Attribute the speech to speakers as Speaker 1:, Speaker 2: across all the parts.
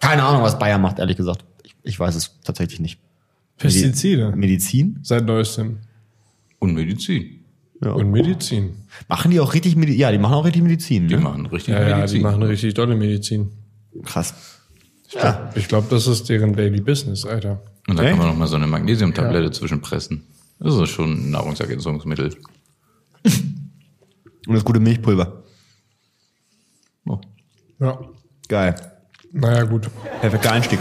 Speaker 1: Keine Ahnung, was Bayer macht, ehrlich gesagt. Ich, ich weiß es tatsächlich nicht.
Speaker 2: Pestizide.
Speaker 1: Medizin?
Speaker 2: Seit neuestem.
Speaker 3: Und Medizin.
Speaker 2: Und Medizin.
Speaker 3: Oh,
Speaker 1: Machen die auch richtig Medizin? Ja, die machen auch richtig Medizin.
Speaker 3: Die
Speaker 1: Ne?
Speaker 3: machen richtig
Speaker 2: Ja, ja, die
Speaker 3: Medizin.
Speaker 2: machen richtig dolle Medizin.
Speaker 1: Krass.
Speaker 2: Ich glaube, das ist deren Daily Business, Alter.
Speaker 3: Und da
Speaker 1: Echt?
Speaker 3: kann man noch mal so eine Magnesiumtablette zwischenpressen. Das ist schon ein Nahrungsergänzungsmittel.
Speaker 1: Und das gute Milchpulver.
Speaker 3: Oh.
Speaker 2: Ja.
Speaker 1: Geil.
Speaker 2: Naja, gut.
Speaker 1: Perfekter Einstieg.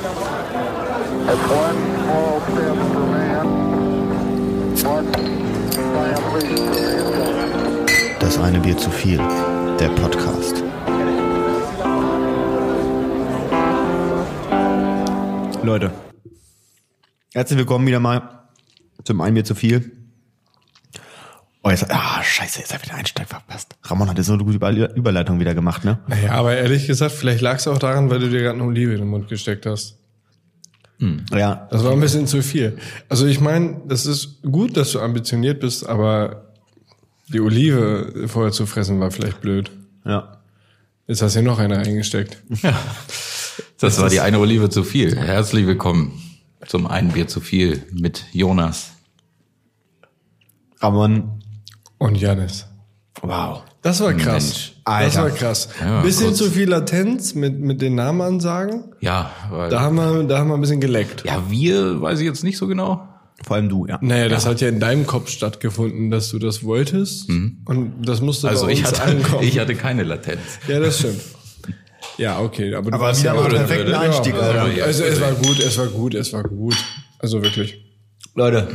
Speaker 4: That's one small step for man, one giant leap for mankind.
Speaker 1: Das eine Bier zu viel. Der Podcast. Leute, herzlich willkommen wieder mal zum einen Bier zu viel. Oh, jetzt, ah, scheiße, jetzt habe ich den Einstieg verpasst. Ramon hat jetzt so eine gute Überle- Überleitung wieder gemacht, ne?
Speaker 2: Naja, aber ehrlich gesagt, vielleicht lag es auch daran, weil du dir gerade eine Olive in den Mund gesteckt hast.
Speaker 1: Ja,
Speaker 2: Das war ein bisschen zu viel. Also ich meine, das ist gut, dass du ambitioniert bist, aber die Olive vorher zu fressen war vielleicht blöd.
Speaker 1: ja.
Speaker 2: Jetzt hast du hier noch eine eingesteckt.
Speaker 3: Das war die eine Olive zu viel. Herzlich willkommen zum einen Bier zu viel mit Jonas.
Speaker 1: Ramon,
Speaker 2: Und Janis.
Speaker 1: wow.
Speaker 2: Das war krass.
Speaker 3: Mensch,
Speaker 2: das
Speaker 1: Alter.
Speaker 2: war krass.
Speaker 3: Ja,
Speaker 2: bisschen
Speaker 3: kurz.
Speaker 2: zu viel Latenz mit, mit den Namenansagen.
Speaker 3: Ja, weil,
Speaker 2: Da haben wir, da haben wir ein bisschen geleckt.
Speaker 3: ja, wir weiß ich jetzt nicht so genau.
Speaker 1: Vor allem du, ja.
Speaker 2: Naja, das hat ja in deinem Kopf stattgefunden, dass du das wolltest. Und das musste
Speaker 3: Also
Speaker 2: bei
Speaker 3: ich
Speaker 2: uns
Speaker 3: hatte,
Speaker 2: ankommen.
Speaker 3: ich hatte keine Latenz.
Speaker 2: ja, das stimmt. Ja, okay. Aber, du
Speaker 1: Aber
Speaker 2: warst
Speaker 1: wieder
Speaker 2: ja
Speaker 1: mal
Speaker 2: auch-
Speaker 1: einen perfekten
Speaker 2: Ja,
Speaker 1: Einstieg,
Speaker 2: ja,
Speaker 1: Alter.
Speaker 2: Also es war gut, es war gut, es war gut. Also wirklich.
Speaker 1: Leute.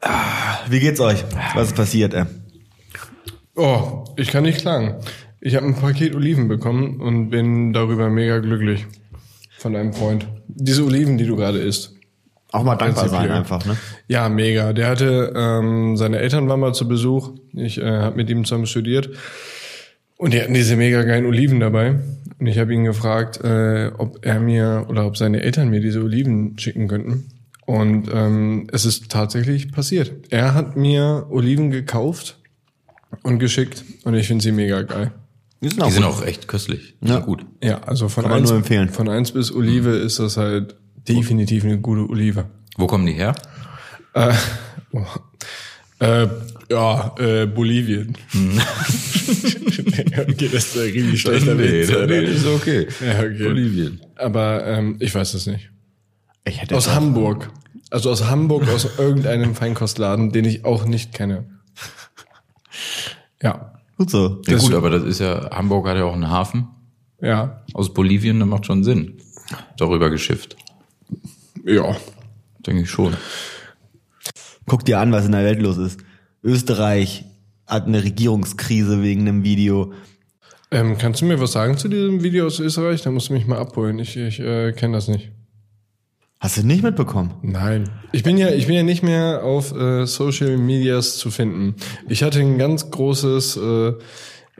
Speaker 1: Ah, Wie geht's euch? Was ist passiert, ey?
Speaker 2: Oh, ich kann nicht klagen. Ich habe ein Paket Oliven bekommen und bin darüber mega glücklich. Von einem Freund. Diese Oliven, die du gerade isst.
Speaker 1: Auch mal dankbar sein
Speaker 2: Prinzipiell.
Speaker 1: einfach, ne?
Speaker 2: Ja, mega. Der hatte, ähm, seine Eltern waren mal zu Besuch. Ich äh, habe mit ihm zusammen studiert. Und die hatten diese mega geilen Oliven dabei. Und ich habe ihn gefragt, äh, ob er mir oder ob seine Eltern mir diese Oliven schicken könnten. Und ähm, es ist tatsächlich passiert. Er hat mir Oliven gekauft und geschickt. Und ich finde sie mega geil.
Speaker 1: sind auch
Speaker 3: Die sind
Speaker 1: gut.
Speaker 3: auch echt köstlich.
Speaker 1: Ja.
Speaker 3: Ja. Gut.
Speaker 2: Ja, also von
Speaker 1: Kann man
Speaker 2: eins-
Speaker 1: nur empfehlen.
Speaker 2: Von eins bis Olive ist das halt definitiv eine gute Olive.
Speaker 3: Wo kommen die her?
Speaker 2: Äh, oh. äh, ja, äh, Bolivien. okay, Hm. das ist ja richtig schlechter Witz, Alter.
Speaker 3: ist okay.
Speaker 2: Ja, okay.
Speaker 3: Bolivien.
Speaker 2: Aber ähm, ich weiß es nicht.
Speaker 1: Ich hätte
Speaker 2: Aus
Speaker 1: jetzt auch-
Speaker 2: Hamburg. Also aus Hamburg, aus irgendeinem Feinkostladen, den ich auch nicht kenne. Ja,
Speaker 1: Gut so.
Speaker 3: Ja, gut,
Speaker 2: Das-
Speaker 3: aber das ist ja, Hamburg hat ja auch einen Hafen
Speaker 2: ja,
Speaker 3: aus Bolivien, das macht schon Sinn. Darüber geschifft.
Speaker 2: ja.
Speaker 3: Denke ich schon.
Speaker 1: Guck dir an, was in der Welt los ist. Österreich hat eine Regierungskrise wegen einem Video.
Speaker 2: Ähm, kannst du mir was sagen zu diesem Video aus Österreich? Da musst du mich mal abholen. Ich, ich äh, kenne das nicht.
Speaker 1: Hast du nicht mitbekommen?
Speaker 2: Nein. Ich bin ja, ich bin ja nicht mehr auf äh, Social Medias zu finden. Ich hatte ein ganz großes, äh,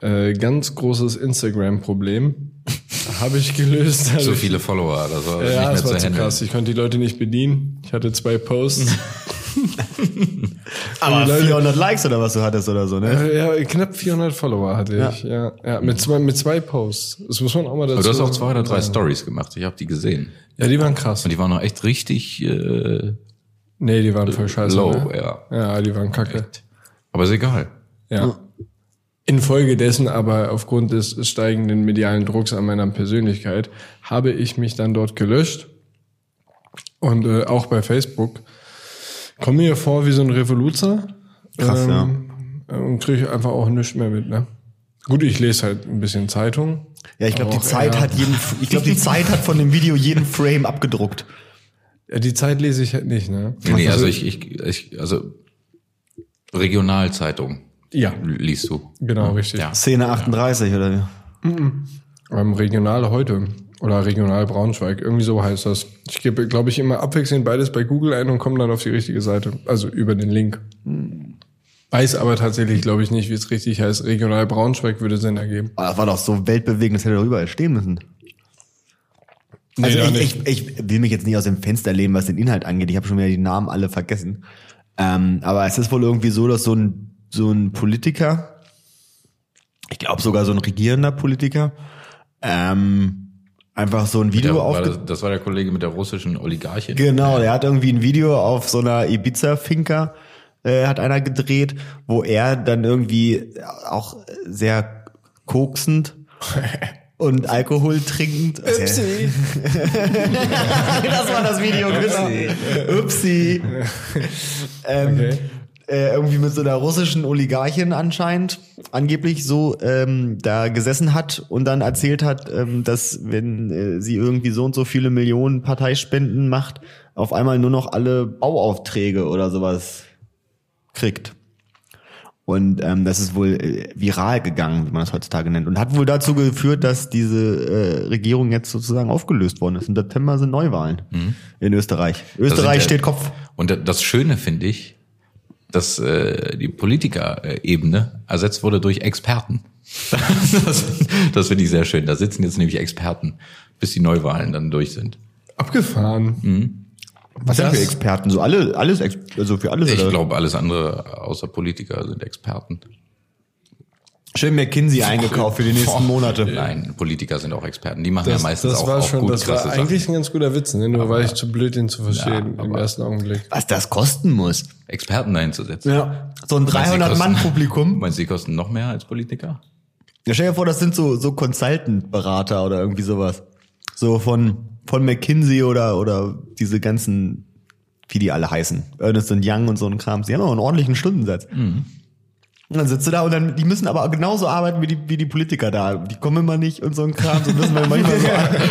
Speaker 2: äh, ganz großes Instagram-Problem. Habe ich gelöst. Also,
Speaker 3: So viele Follower, das
Speaker 2: Ja,
Speaker 3: war
Speaker 2: das
Speaker 3: nicht mehr
Speaker 2: war
Speaker 3: zu
Speaker 2: zu
Speaker 3: handeln.
Speaker 2: krass. Ich konnte die Leute nicht bedienen. Ich hatte zwei Posts.
Speaker 1: Aber
Speaker 2: Die Leute-
Speaker 1: 400 Likes oder was du hattest oder so, ne?
Speaker 2: Äh, ja, knapp 400 Follower hatte ich. Ja, ja mit, zwei, mit zwei Posts. Das muss man auch mal dazu
Speaker 3: Aber du hast auch zwei oder drei
Speaker 2: sagen.
Speaker 3: Stories gemacht, ich habe die gesehen.
Speaker 2: Ja, die waren krass.
Speaker 3: Und die waren noch echt richtig äh,
Speaker 2: Nee, die waren voll scheiße.
Speaker 3: low,
Speaker 2: ne?
Speaker 3: ja.
Speaker 2: Ja, die waren kacke.
Speaker 3: Aber ist egal.
Speaker 2: Ja. Infolgedessen aber aufgrund des steigenden medialen Drucks an meiner Persönlichkeit habe ich mich dann dort gelöscht. Und äh, auch bei Facebook komme mir vor wie so ein Revoluzer.
Speaker 1: Krass,
Speaker 2: ja. Und kriege einfach auch nichts mehr mit, ne? Gut, ich lese halt ein bisschen Zeitung.
Speaker 1: Oh, Ja, ich glaube, die
Speaker 2: Auch,
Speaker 1: Zeit
Speaker 2: ja.
Speaker 1: hat jeden, ich glaube, die Zeit hat von dem Video jeden Frame abgedruckt.
Speaker 2: Ja, Äh, die Zeit lese ich halt nicht, ne?
Speaker 3: Nee, also ich, ich, ich also Regionalzeitung
Speaker 2: Ja,
Speaker 3: liest du.
Speaker 2: genau, richtig.
Speaker 3: Ja.
Speaker 1: Szene 38 oder wie?
Speaker 2: Ähm, regional heute oder regional Braunschweig, irgendwie so heißt das. Ich gebe, glaube ich, immer abwechselnd beides bei Google ein und komme dann auf die richtige Seite, also über den Link.
Speaker 3: Hm.
Speaker 2: Weiß aber tatsächlich, glaube ich, nicht, wie es richtig heißt. Regional Braunschweig würde Sinn ergeben.
Speaker 1: Oh, das war doch so weltbewegend, das hätte doch überall stehen müssen. Also
Speaker 2: da
Speaker 1: ich, ich, ich will mich jetzt nicht aus dem Fenster lehnen, was den Inhalt angeht. Ich habe schon wieder die Namen alle vergessen. Ähm, aber es ist wohl irgendwie so, dass so ein, so ein Politiker, ich glaube sogar so ein regierender Politiker, ähm, einfach so ein Video
Speaker 3: war
Speaker 1: aufge...
Speaker 3: das, das war der Kollege mit der russischen Oligarchin.
Speaker 1: Genau, der hat irgendwie ein Video auf so einer Ibiza-Finca, äh, hat einer gedreht, wo er dann irgendwie auch sehr koksend und Alkohol trinkend. äh, Upsi. das war das Video, genau. Upsi. ähm,
Speaker 2: Okay.
Speaker 1: äh, irgendwie mit so einer russischen Oligarchin anscheinend angeblich so ähm, da gesessen hat und dann erzählt hat, ähm, dass wenn äh, sie irgendwie so und so viele Millionen Parteispenden macht, auf einmal nur noch alle Bauaufträge oder sowas kriegt. Und ähm, das ist wohl äh, viral gegangen, wie man das heutzutage nennt. Und hat wohl dazu geführt, dass diese äh, Regierung jetzt sozusagen aufgelöst worden ist. Im September sind Neuwahlen in Österreich. Österreich
Speaker 3: Mhm. sind ja-
Speaker 1: steht Kopf.
Speaker 3: Und da- das Schöne finde ich, dass äh, die Politikerebene ersetzt wurde durch Experten. Das, das finde ich sehr schön. Da sitzen jetzt nämlich Experten, bis die Neuwahlen dann durch sind.
Speaker 2: Abgefahren.
Speaker 1: Was sind
Speaker 2: Das-
Speaker 1: wir Experten? So alle, alles, ex- also für alles.
Speaker 3: Ich
Speaker 1: oder?
Speaker 3: glaube, alles andere außer Politiker sind Experten.
Speaker 1: Schön McKinsey eingekauft für die nächsten Monate.
Speaker 3: Nein, Politiker sind auch Experten. Die machen
Speaker 2: Das,
Speaker 3: ja meistens
Speaker 2: das
Speaker 3: auch,
Speaker 2: war
Speaker 3: auch
Speaker 2: schon,
Speaker 3: gut
Speaker 2: das war
Speaker 3: krasse Sachen.
Speaker 2: eigentlich ein ganz guter Witz, ne? nur war ich zu blöd, den zu verstehen im ersten Augenblick.
Speaker 1: Was das kosten muss.
Speaker 3: Experten einzusetzen.
Speaker 1: Ja. So ein
Speaker 3: Meinst du, die kosten-
Speaker 1: 300-Mann-Publikum.
Speaker 3: Meinst du, die kosten noch mehr als Politiker?
Speaker 1: Ja, stell dir vor, das sind so, so Consultant-Berater oder irgendwie sowas. So von, von McKinsey oder, oder diese ganzen, wie die alle heißen. Ernest und Young und so ein Kram. Die haben auch einen ordentlichen Stundensatz.
Speaker 3: Mhm.
Speaker 1: Und dann sitzt du da und dann, die müssen aber genauso arbeiten wie die, wie die Politiker da. Die kommen immer nicht und so ein Kram. So müssen wir manchmal so arbeiten.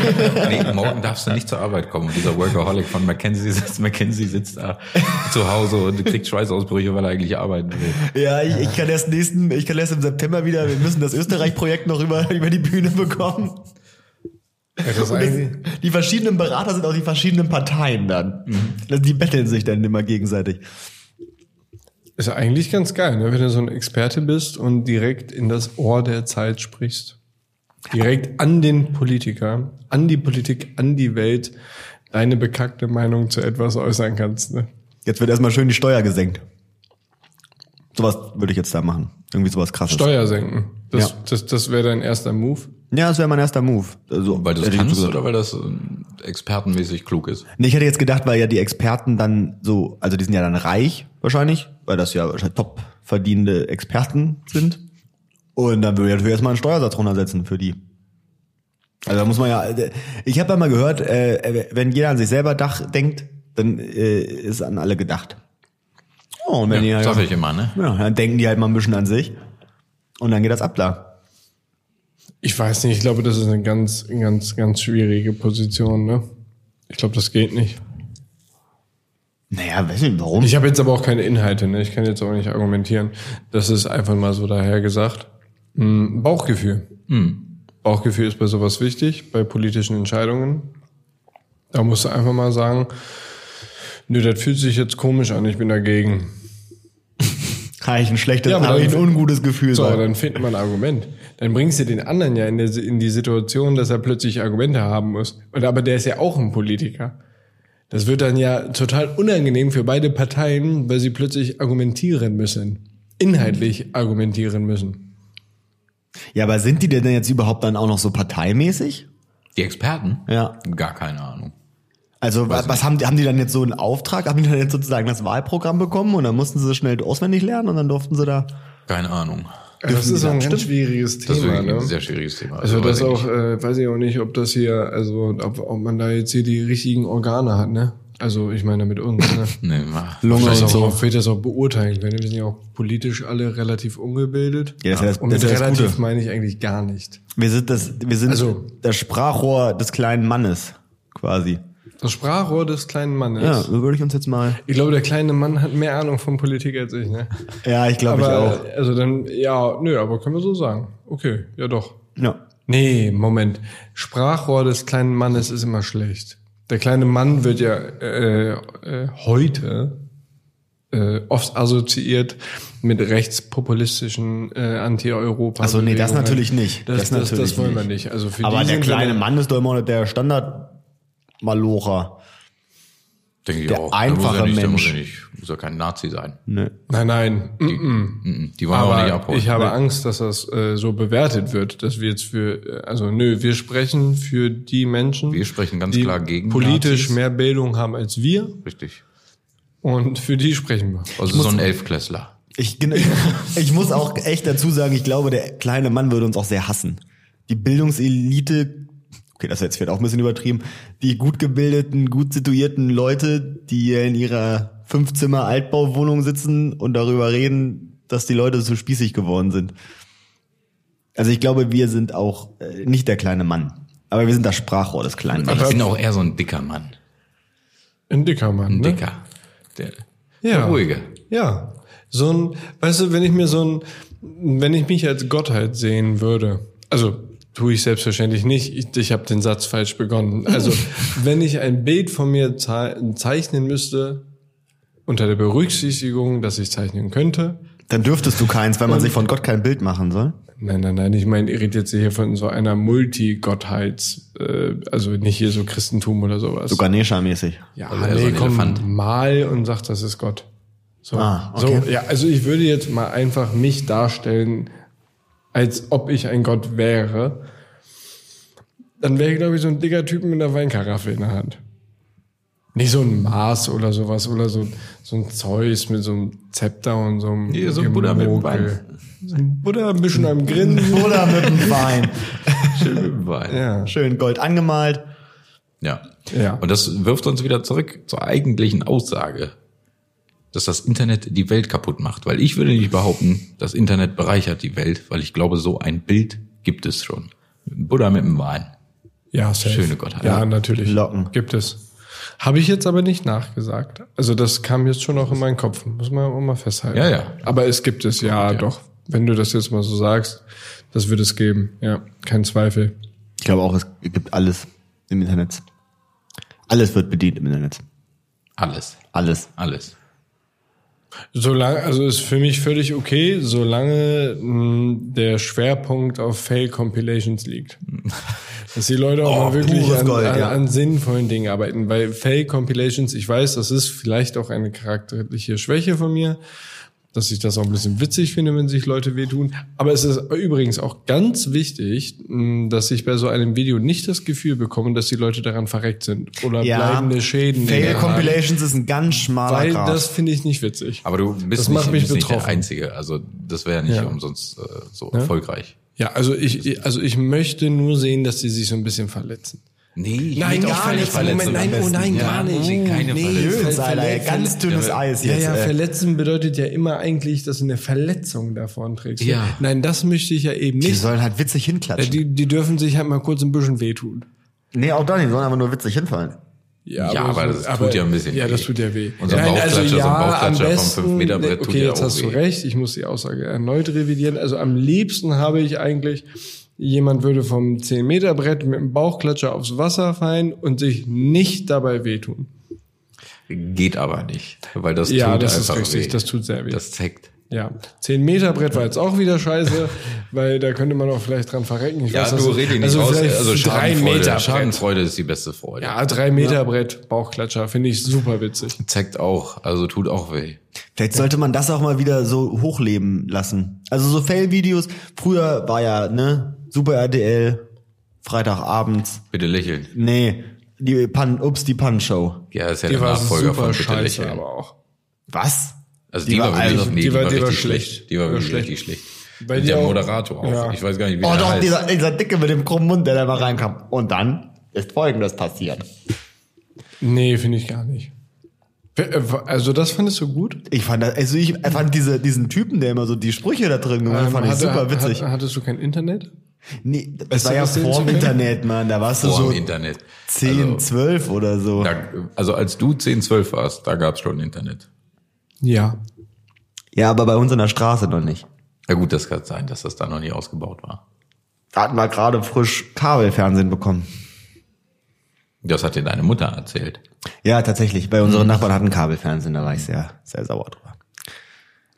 Speaker 3: Nee, morgen darfst du nicht zur Arbeit kommen. Und dieser Workaholic von Mackenzie sitzt, Mackenzie sitzt da zu Hause und kriegt Schweißausbrüche, weil er eigentlich arbeiten will.
Speaker 1: Ja, ich, ich kann erst nächsten, ich kann erst im September wieder, wir müssen das Österreich-Projekt noch über, über die Bühne bekommen.
Speaker 2: Ja, das ist
Speaker 1: Und
Speaker 2: eigentlich-
Speaker 1: das, die verschiedenen Berater sind auch die verschiedenen Parteien dann. Also Die betteln sich dann immer gegenseitig.
Speaker 2: Ist ja eigentlich ganz geil, ne? wenn du so ein Experte bist und direkt in das Ohr der Zeit sprichst. Direkt an den Politiker, an die Politik, an die Welt deine bekackte Meinung zu etwas äußern kannst. Ne?
Speaker 1: Jetzt wird erstmal schön die Steuer gesenkt. Sowas würde ich jetzt da machen. Irgendwie sowas krasses.
Speaker 2: Steuer senken. Das,
Speaker 1: Ja.
Speaker 2: das, das wäre dein erster Move.
Speaker 1: ja, das wäre mein erster Move. Also,
Speaker 3: Weil du
Speaker 1: hätte
Speaker 3: es
Speaker 1: ich jetzt
Speaker 3: kannst
Speaker 1: gesagt.
Speaker 3: oder weil das ähm, expertenmäßig klug ist?
Speaker 1: Nee, ich hätte jetzt gedacht, weil ja die Experten dann so, also die sind ja dann reich wahrscheinlich, weil das ja wahrscheinlich top verdienende Experten sind. Und dann würde ich natürlich erstmal einen Steuersatz runtersetzen für die. Also da muss man ja, ich habe ja mal gehört, äh, wenn jeder an sich selber dach denkt, dann äh, ist an alle gedacht. Oh, und wenn die
Speaker 3: Sag
Speaker 1: halt,
Speaker 3: ich immer, ne?
Speaker 1: ja, dann denken die halt mal ein bisschen an sich und dann geht das ab da.
Speaker 2: Ich weiß nicht, ich glaube, das ist eine ganz, ganz, ganz schwierige Position. Ne? Ich glaube, das geht nicht.
Speaker 1: Naja, weiß nicht warum.
Speaker 2: Ich habe jetzt aber auch keine Inhalte, ne? ich kann jetzt auch nicht argumentieren. Das ist einfach mal so daher gesagt. Hm, Bauchgefühl. Bauchgefühl ist bei sowas wichtig, bei politischen Entscheidungen. Da musst du einfach mal sagen, nö, das fühlt sich jetzt komisch an, ich bin dagegen.
Speaker 1: Habe ich ein schlechtes,
Speaker 2: Ja, aber
Speaker 1: habe ich ein
Speaker 2: dann-
Speaker 1: ungutes Gefühl.
Speaker 2: So,
Speaker 1: bei.
Speaker 2: dann findet man ein Argument. Dann bringst du den anderen ja in, der, in die Situation, dass er plötzlich Argumente haben muss. Und aber der ist ja auch ein Politiker. Das wird dann ja total unangenehm für beide Parteien, weil sie plötzlich argumentieren müssen. Inhaltlich argumentieren müssen.
Speaker 1: Ja, aber sind die denn jetzt überhaupt dann auch noch so parteimäßig?
Speaker 3: Die Experten?
Speaker 1: Ja.
Speaker 3: Gar keine Ahnung.
Speaker 1: Also wa- was haben die, haben die dann jetzt so einen Auftrag? Haben die dann jetzt sozusagen das Wahlprogramm bekommen und dann mussten sie das schnell auswendig lernen und dann durften sie da.
Speaker 3: Keine Ahnung.
Speaker 2: das ist auch ein ganz schwieriges
Speaker 3: Das ist
Speaker 2: Thema.
Speaker 3: wirklich
Speaker 2: Ne?
Speaker 3: ein sehr schwieriges Thema.
Speaker 2: Also
Speaker 3: weiß
Speaker 2: das
Speaker 3: ich
Speaker 2: auch,
Speaker 3: nicht.
Speaker 2: äh, weiß ich auch nicht, ob das hier, also ob, ob man da jetzt hier die richtigen Organe hat, ne? Also ich meine mit uns, ne?
Speaker 3: Nee, mach.
Speaker 2: Lunge
Speaker 3: Vielleicht
Speaker 2: und so.
Speaker 3: auch-
Speaker 2: Auch, wird das auch beurteilen können. Wir sind ja auch politisch alle relativ ungebildet.
Speaker 1: Ja, das ist ja das-
Speaker 2: und
Speaker 1: das ist
Speaker 2: mit
Speaker 1: ja das
Speaker 2: relativ
Speaker 1: Gute.
Speaker 2: meine ich eigentlich gar nicht.
Speaker 1: Wir sind das, wir sind
Speaker 2: Also-
Speaker 1: das Sprachrohr des kleinen Mannes quasi.
Speaker 2: Das Sprachrohr des kleinen Mannes.
Speaker 1: Ja, so würde ich uns jetzt mal.
Speaker 2: Ich glaube, der kleine Mann hat mehr Ahnung von Politik als ich, ne?
Speaker 1: Ja, ich glaube ich auch.
Speaker 2: Aber, also dann, ja, nö, aber können wir so sagen. Okay, ja doch.
Speaker 1: Ja.
Speaker 2: Nee, Moment. Sprachrohr des kleinen Mannes ist immer schlecht. Der kleine Mann wird ja äh, äh, heute äh, oft assoziiert mit rechtspopulistischen äh, Anti-Europa.
Speaker 1: Ach so, nee, das
Speaker 2: Bewegungen.
Speaker 1: natürlich nicht.
Speaker 2: Das,
Speaker 1: Das
Speaker 2: das, das,
Speaker 1: natürlich
Speaker 2: wollen wir
Speaker 1: nicht.
Speaker 2: nicht. Also für
Speaker 1: Aber
Speaker 2: die
Speaker 1: der
Speaker 2: sind wir-
Speaker 1: kleine Mann ist doch immer der Standard Malocher.
Speaker 3: Denke ich
Speaker 1: Der
Speaker 3: auch.
Speaker 1: einfache
Speaker 3: da muss er nicht, da Muss,
Speaker 1: Mensch.
Speaker 3: er nicht, muss er kein Nazi sein.
Speaker 1: Nö.
Speaker 2: Nein, nein. mm, mm.
Speaker 3: Mhm, Die wollen wir auch nicht
Speaker 2: Aber
Speaker 3: abholen.
Speaker 2: ich habe Angst, dass das äh, so bewertet wird, dass wir jetzt für, äh, also nö, wir sprechen für die Menschen,
Speaker 3: Wir sprechen ganz
Speaker 2: die
Speaker 3: klar gegen
Speaker 2: politisch
Speaker 3: Nazis.
Speaker 2: mehr Bildung haben als wir
Speaker 3: Richtig.
Speaker 2: und für die sprechen wir.
Speaker 3: Also so ein Elfklässler.
Speaker 1: Ich, genau, ich, ich muss auch echt dazu sagen, ich glaube, der kleine Mann würde uns auch sehr hassen. Die Bildungselite, okay, das ist jetzt wird auch ein bisschen übertrieben, die gut gebildeten, gut situierten Leute, die hier in ihrer Fünfzimmer-Altbauwohnung sitzen und darüber reden, dass die Leute so spießig geworden sind. Also ich glaube, wir sind auch äh, nicht der kleine Mann, aber wir sind das Sprachrohr des kleinen
Speaker 3: Ich
Speaker 1: Mannes.
Speaker 3: bin auch eher so ein dicker Mann.
Speaker 2: Ein dicker Mann,
Speaker 3: Ein
Speaker 2: ne?
Speaker 3: dicker. Der, der
Speaker 2: Ja.
Speaker 3: ruhige.
Speaker 2: Ja. So ein, weißt du, wenn ich mir so ein, wenn ich mich als Gottheit sehen würde, also tue ich selbstverständlich nicht, ich, ich habe den Satz falsch begonnen. Also, wenn ich ein Bild von mir zei- zeichnen müsste, unter der Berücksichtigung, dass ich zeichnen könnte.
Speaker 1: Dann dürftest du keins, weil man sich von Gott kein Bild machen soll.
Speaker 2: Nein, nein, nein, ich meine, ihr redet jetzt hier von so einer Multigottheits, äh, also nicht hier so Christentum oder sowas.
Speaker 1: So Ganesha-mäßig.
Speaker 2: Ja,
Speaker 3: Also eher so
Speaker 2: nee,
Speaker 3: ein
Speaker 2: komm,
Speaker 3: Elefant.
Speaker 2: mal und sag, das ist Gott. So,
Speaker 1: Ah, okay.
Speaker 2: so, ja, also ich würde jetzt mal einfach mich darstellen, als ob ich ein Gott wäre. Dann wäre ich, glaube ich, so ein dicker Typ mit einer Weinkaraffe in der Hand. Nicht so ein Mars oder sowas oder so, so ein Zeus mit so einem Zepter und so einem
Speaker 3: Nee, so ein Buddha mit dem
Speaker 2: Gemokel. So ein Buddha ein bisschen am Grinsen.
Speaker 1: Oder mit dem Wein.
Speaker 3: Schön mit dem Bein.
Speaker 2: Ja.
Speaker 1: Schön gold angemalt.
Speaker 3: Ja.
Speaker 2: Ja.
Speaker 3: Und das wirft uns wieder zurück zur eigentlichen Aussage, dass das Internet die Welt kaputt macht. Weil ich würde nicht behaupten, das Internet bereichert die Welt, weil ich glaube, so ein Bild gibt es schon. Buddha mit dem Wein.
Speaker 2: Ja, safe.
Speaker 3: Schöne Gottheit.
Speaker 2: Ja, natürlich.
Speaker 1: Locken.
Speaker 2: Gibt es. Habe ich jetzt aber nicht nachgesagt. Also das kam jetzt schon auch in meinen Kopf. Muss man auch mal festhalten.
Speaker 3: Ja, ja.
Speaker 2: Aber es gibt es, ja,
Speaker 3: Ja.
Speaker 2: doch. Wenn du das jetzt mal so sagst, das wird es geben. Ja, kein Zweifel.
Speaker 1: Ich glaube auch, es gibt alles im Internet. Alles wird bedient im Internet.
Speaker 3: Alles.
Speaker 1: Alles.
Speaker 3: Alles.
Speaker 2: Solange, also ist für mich völlig okay, solange mh, der Schwerpunkt auf Fail-Compilations liegt. Dass die Leute auch
Speaker 1: Oh,
Speaker 2: mal wirklich
Speaker 1: pures
Speaker 2: an,
Speaker 1: Gold,
Speaker 2: an,
Speaker 1: ja.
Speaker 2: an sinnvollen Dingen arbeiten. Weil Fail-Compilations, ich weiß, das ist vielleicht auch eine charakterliche Schwäche von mir, dass ich das auch ein bisschen witzig finde, wenn sich Leute wehtun. Aber es ist übrigens auch ganz wichtig, mh, dass ich bei so einem Video nicht das Gefühl bekomme, dass die Leute daran verreckt sind oder bleibende Schäden.
Speaker 1: Fail
Speaker 2: hinterlassen.
Speaker 1: Compilations ist ein ganz schmaler
Speaker 2: Weil
Speaker 1: Grad.
Speaker 2: das finde ich nicht witzig.
Speaker 3: Aber du bist,
Speaker 2: Das
Speaker 3: nicht,
Speaker 2: macht mich
Speaker 3: bist nicht der
Speaker 2: betroffen.
Speaker 3: Einzige. Also das wäre nicht
Speaker 2: Ja.
Speaker 3: umsonst äh, so erfolgreich.
Speaker 2: Ja, also ich, ich- also ich möchte nur sehen, dass sie sich so ein bisschen verletzen.
Speaker 3: Nee, ich
Speaker 2: Nein,
Speaker 3: will auch
Speaker 2: gar
Speaker 3: keine
Speaker 2: nicht.
Speaker 3: Verletzung
Speaker 2: Moment, nein,
Speaker 3: am
Speaker 2: oh
Speaker 3: besten.
Speaker 2: nein,
Speaker 3: ja.
Speaker 2: gar nicht.
Speaker 3: Nee, keine
Speaker 2: Nee.
Speaker 3: Verletzung.
Speaker 1: Schön, Alter, ey,
Speaker 2: verletzt-
Speaker 1: ganz dünnes Eis
Speaker 2: Ja,
Speaker 1: jetzt.
Speaker 3: äh,
Speaker 2: ja,
Speaker 1: ey.
Speaker 2: verletzen bedeutet ja immer eigentlich, dass du eine Verletzung davon trägst.
Speaker 3: Ja.
Speaker 2: Nein, das möchte ich ja eben
Speaker 1: Die
Speaker 2: nicht.
Speaker 1: sollen halt witzig
Speaker 2: Äh,
Speaker 1: hinklatschen.
Speaker 2: Die, die dürfen sich halt mal kurz ein bisschen wehtun.
Speaker 1: nee, auch da nicht, die sollen einfach nur witzig hinfallen.
Speaker 3: Ja, aber das tut ja ein bisschen
Speaker 2: Ja, das
Speaker 3: weh.
Speaker 2: tut ja weh.
Speaker 3: Und so ein
Speaker 2: also
Speaker 3: Bauchklatscher, so ein Bauchklatscher vom 5-Meter-Brett tut
Speaker 2: Okay,
Speaker 3: ja
Speaker 2: jetzt
Speaker 3: auch
Speaker 2: hast du
Speaker 3: weh.
Speaker 2: recht. Ich muss die Aussage erneut revidieren. Also am liebsten habe ich eigentlich, jemand würde vom 10-Meter-Brett mit dem Bauchklatscher aufs Wasser fallen und sich nicht dabei wehtun.
Speaker 3: Geht aber nicht, weil das
Speaker 2: Ja,
Speaker 3: tut
Speaker 2: das ist
Speaker 3: einfach
Speaker 2: richtig.
Speaker 3: weh.
Speaker 2: Das tut sehr weh.
Speaker 3: Das zeigt.
Speaker 2: ja. 10-Meter-Brett war jetzt auch wieder scheiße, weil da könnte man auch vielleicht dran verrecken. Ich
Speaker 3: Ja,
Speaker 2: weiß,
Speaker 3: du
Speaker 2: dass es-
Speaker 3: redest nicht also aus.
Speaker 2: vielleicht
Speaker 3: Also
Speaker 2: 3
Speaker 3: Schadenfreude,
Speaker 2: Meter Brett.
Speaker 3: Schadenfreude ist die beste Freude.
Speaker 2: Ja, 3-Meter-Brett, Bauchklatscher, finde ich super witzig.
Speaker 3: Zeigt auch, also tut auch weh.
Speaker 1: Vielleicht sollte man das auch mal wieder so hochleben lassen. Also so Fail-Videos, früher war ja, ne, Super RTL, Freitagabends.
Speaker 3: Bitte lächeln.
Speaker 1: Nee, die Pan, ups, die Pan-Show.
Speaker 3: Ja, ist ja
Speaker 2: Die
Speaker 3: der
Speaker 2: war
Speaker 3: Nachfolger von
Speaker 2: super
Speaker 3: Bitte
Speaker 2: scheiße,
Speaker 3: lächeln.
Speaker 2: aber auch.
Speaker 1: Was?
Speaker 3: Also die, war wirklich, nee, die, war, richtig schlecht.
Speaker 2: Die
Speaker 3: Die war
Speaker 2: war
Speaker 3: wirklich
Speaker 2: schlecht.
Speaker 3: richtig schlecht.
Speaker 2: Weil
Speaker 3: Und
Speaker 2: die
Speaker 3: der
Speaker 2: auch-
Speaker 3: Moderator auch.
Speaker 2: Ja.
Speaker 3: Ich weiß gar nicht, wie
Speaker 1: Oh
Speaker 3: der
Speaker 1: doch,
Speaker 3: heißt.
Speaker 1: dieser, dieser Dicke mit dem krummen Mund, der da mal reinkam. Und dann ist Folgendes passiert.
Speaker 2: Nee, finde ich gar nicht. Also das fandest du gut?
Speaker 1: Ich fand das, also ich fand diese, diesen Typen, der immer so die Sprüche da drin gemacht hat,
Speaker 3: Ähm,
Speaker 1: fand ich
Speaker 2: hatte-
Speaker 1: super witzig.
Speaker 2: Hat, hattest du kein Internet?
Speaker 1: nee, das
Speaker 2: weißt
Speaker 1: war
Speaker 2: du,
Speaker 1: ja
Speaker 2: was den
Speaker 1: vorm
Speaker 2: zu kennen?
Speaker 1: Internet, Mann. Da warst du
Speaker 3: Vor
Speaker 1: so
Speaker 3: dem Internet.
Speaker 1: 10,
Speaker 3: Also,
Speaker 1: 12 oder so.
Speaker 3: da, also als du 10, 12 warst, da gab's schon Internet.
Speaker 2: Ja.
Speaker 1: Ja, aber bei uns in der Straße noch nicht.
Speaker 3: Ja gut, das kann sein, dass das da noch nicht ausgebaut war.
Speaker 1: Da hatten wir gerade frisch Kabelfernsehen bekommen.
Speaker 3: Das hat dir deine Mutter erzählt.
Speaker 1: Ja, tatsächlich. Bei
Speaker 3: Hm.
Speaker 1: unseren Nachbarn hatten Kabelfernsehen, da war ich sehr, sehr sauer drüber.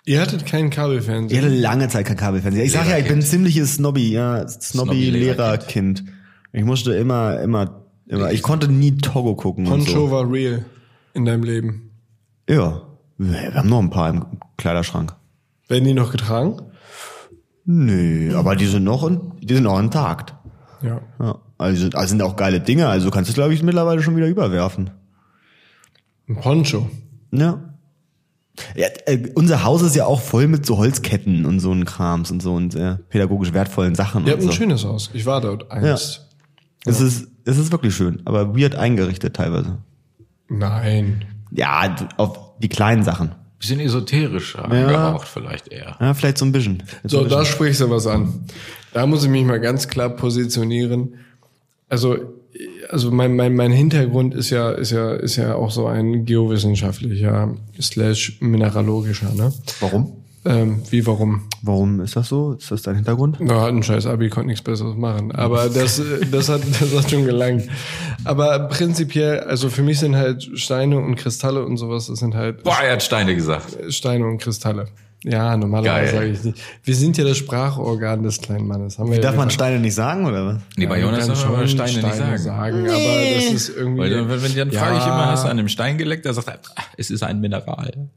Speaker 2: Ihr hattet keinen
Speaker 1: Ich
Speaker 2: Kabelfernseher.
Speaker 1: hatte lange Zeit kein Kabelfernsehen. Ich sag ja, ich bin ein ziemliches Snobby, ja, Snobby-Lehrerkind. Ich musste immer, immer, immer, ich konnte nie Togo gucken. und so.
Speaker 2: Poncho war real. in deinem Leben?
Speaker 1: Ja. Wir wir haben noch ein paar im Kleiderschrank.
Speaker 2: Werden die noch getragen?
Speaker 1: Nö, aber die sind noch, in, die sind noch intakt.
Speaker 2: Ja.
Speaker 1: Ja. Also, also sind auch geile Dinger. Also kannst du es, glaube ich, mittlerweile schon wieder überwerfen.
Speaker 2: Ein Poncho.
Speaker 1: Ja. ja äh, unser Haus ist ja auch voll mit so Holzketten und so ein Krams und so und äh, pädagogisch wertvollen Sachen.
Speaker 2: Ihr
Speaker 1: und
Speaker 2: habt ein
Speaker 1: so.
Speaker 2: schönes Haus. Ich war dort einst.
Speaker 1: Es ist, es ist wirklich schön, aber weird eingerichtet teilweise.
Speaker 2: Nein.
Speaker 1: Ja, d- auf die kleinen Sachen.
Speaker 3: Bisschen esoterisch angehaucht vielleicht eher.
Speaker 1: Ja, vielleicht so ein bisschen.
Speaker 2: So, da sprichst du was an. Da muss ich mich mal ganz klar positionieren. Also, also mein, mein, mein Hintergrund ist ja, ist ja, ist ja auch so ein geowissenschaftlicher slash mineralogischer, ne?
Speaker 1: Warum?
Speaker 2: Ähm, wie warum?
Speaker 1: Warum ist das so? Ist das dein Hintergrund?
Speaker 2: Na, hat ein scheiß Abi, konnte nichts Besseres machen. Aber das, äh, das, hat, das hat schon gelangt. Aber prinzipiell, also für mich sind halt Steine und Kristalle und sowas, das sind halt
Speaker 3: Boah, er hat Steine gesagt.
Speaker 2: Steine und Kristalle. Ja, normalerweise
Speaker 3: Geil.
Speaker 2: sage ich nicht. Wir sind ja das Sprachorgan des kleinen Mannes. Haben wir
Speaker 1: Darf
Speaker 2: ja
Speaker 1: man
Speaker 2: gesagt.
Speaker 1: Steine nicht sagen oder was?
Speaker 3: Nee, bei
Speaker 2: Man
Speaker 3: Jonas
Speaker 2: kann
Speaker 3: darf man
Speaker 2: schon
Speaker 3: Steine, nicht sagen.
Speaker 2: aber das ist irgendwie.
Speaker 3: Weil dann, wenn, wenn dann frage ich
Speaker 2: Ja,
Speaker 3: immer, hast du an einem Stein geleckt? Er sagt, er, "Ah, es ist ein Mineral.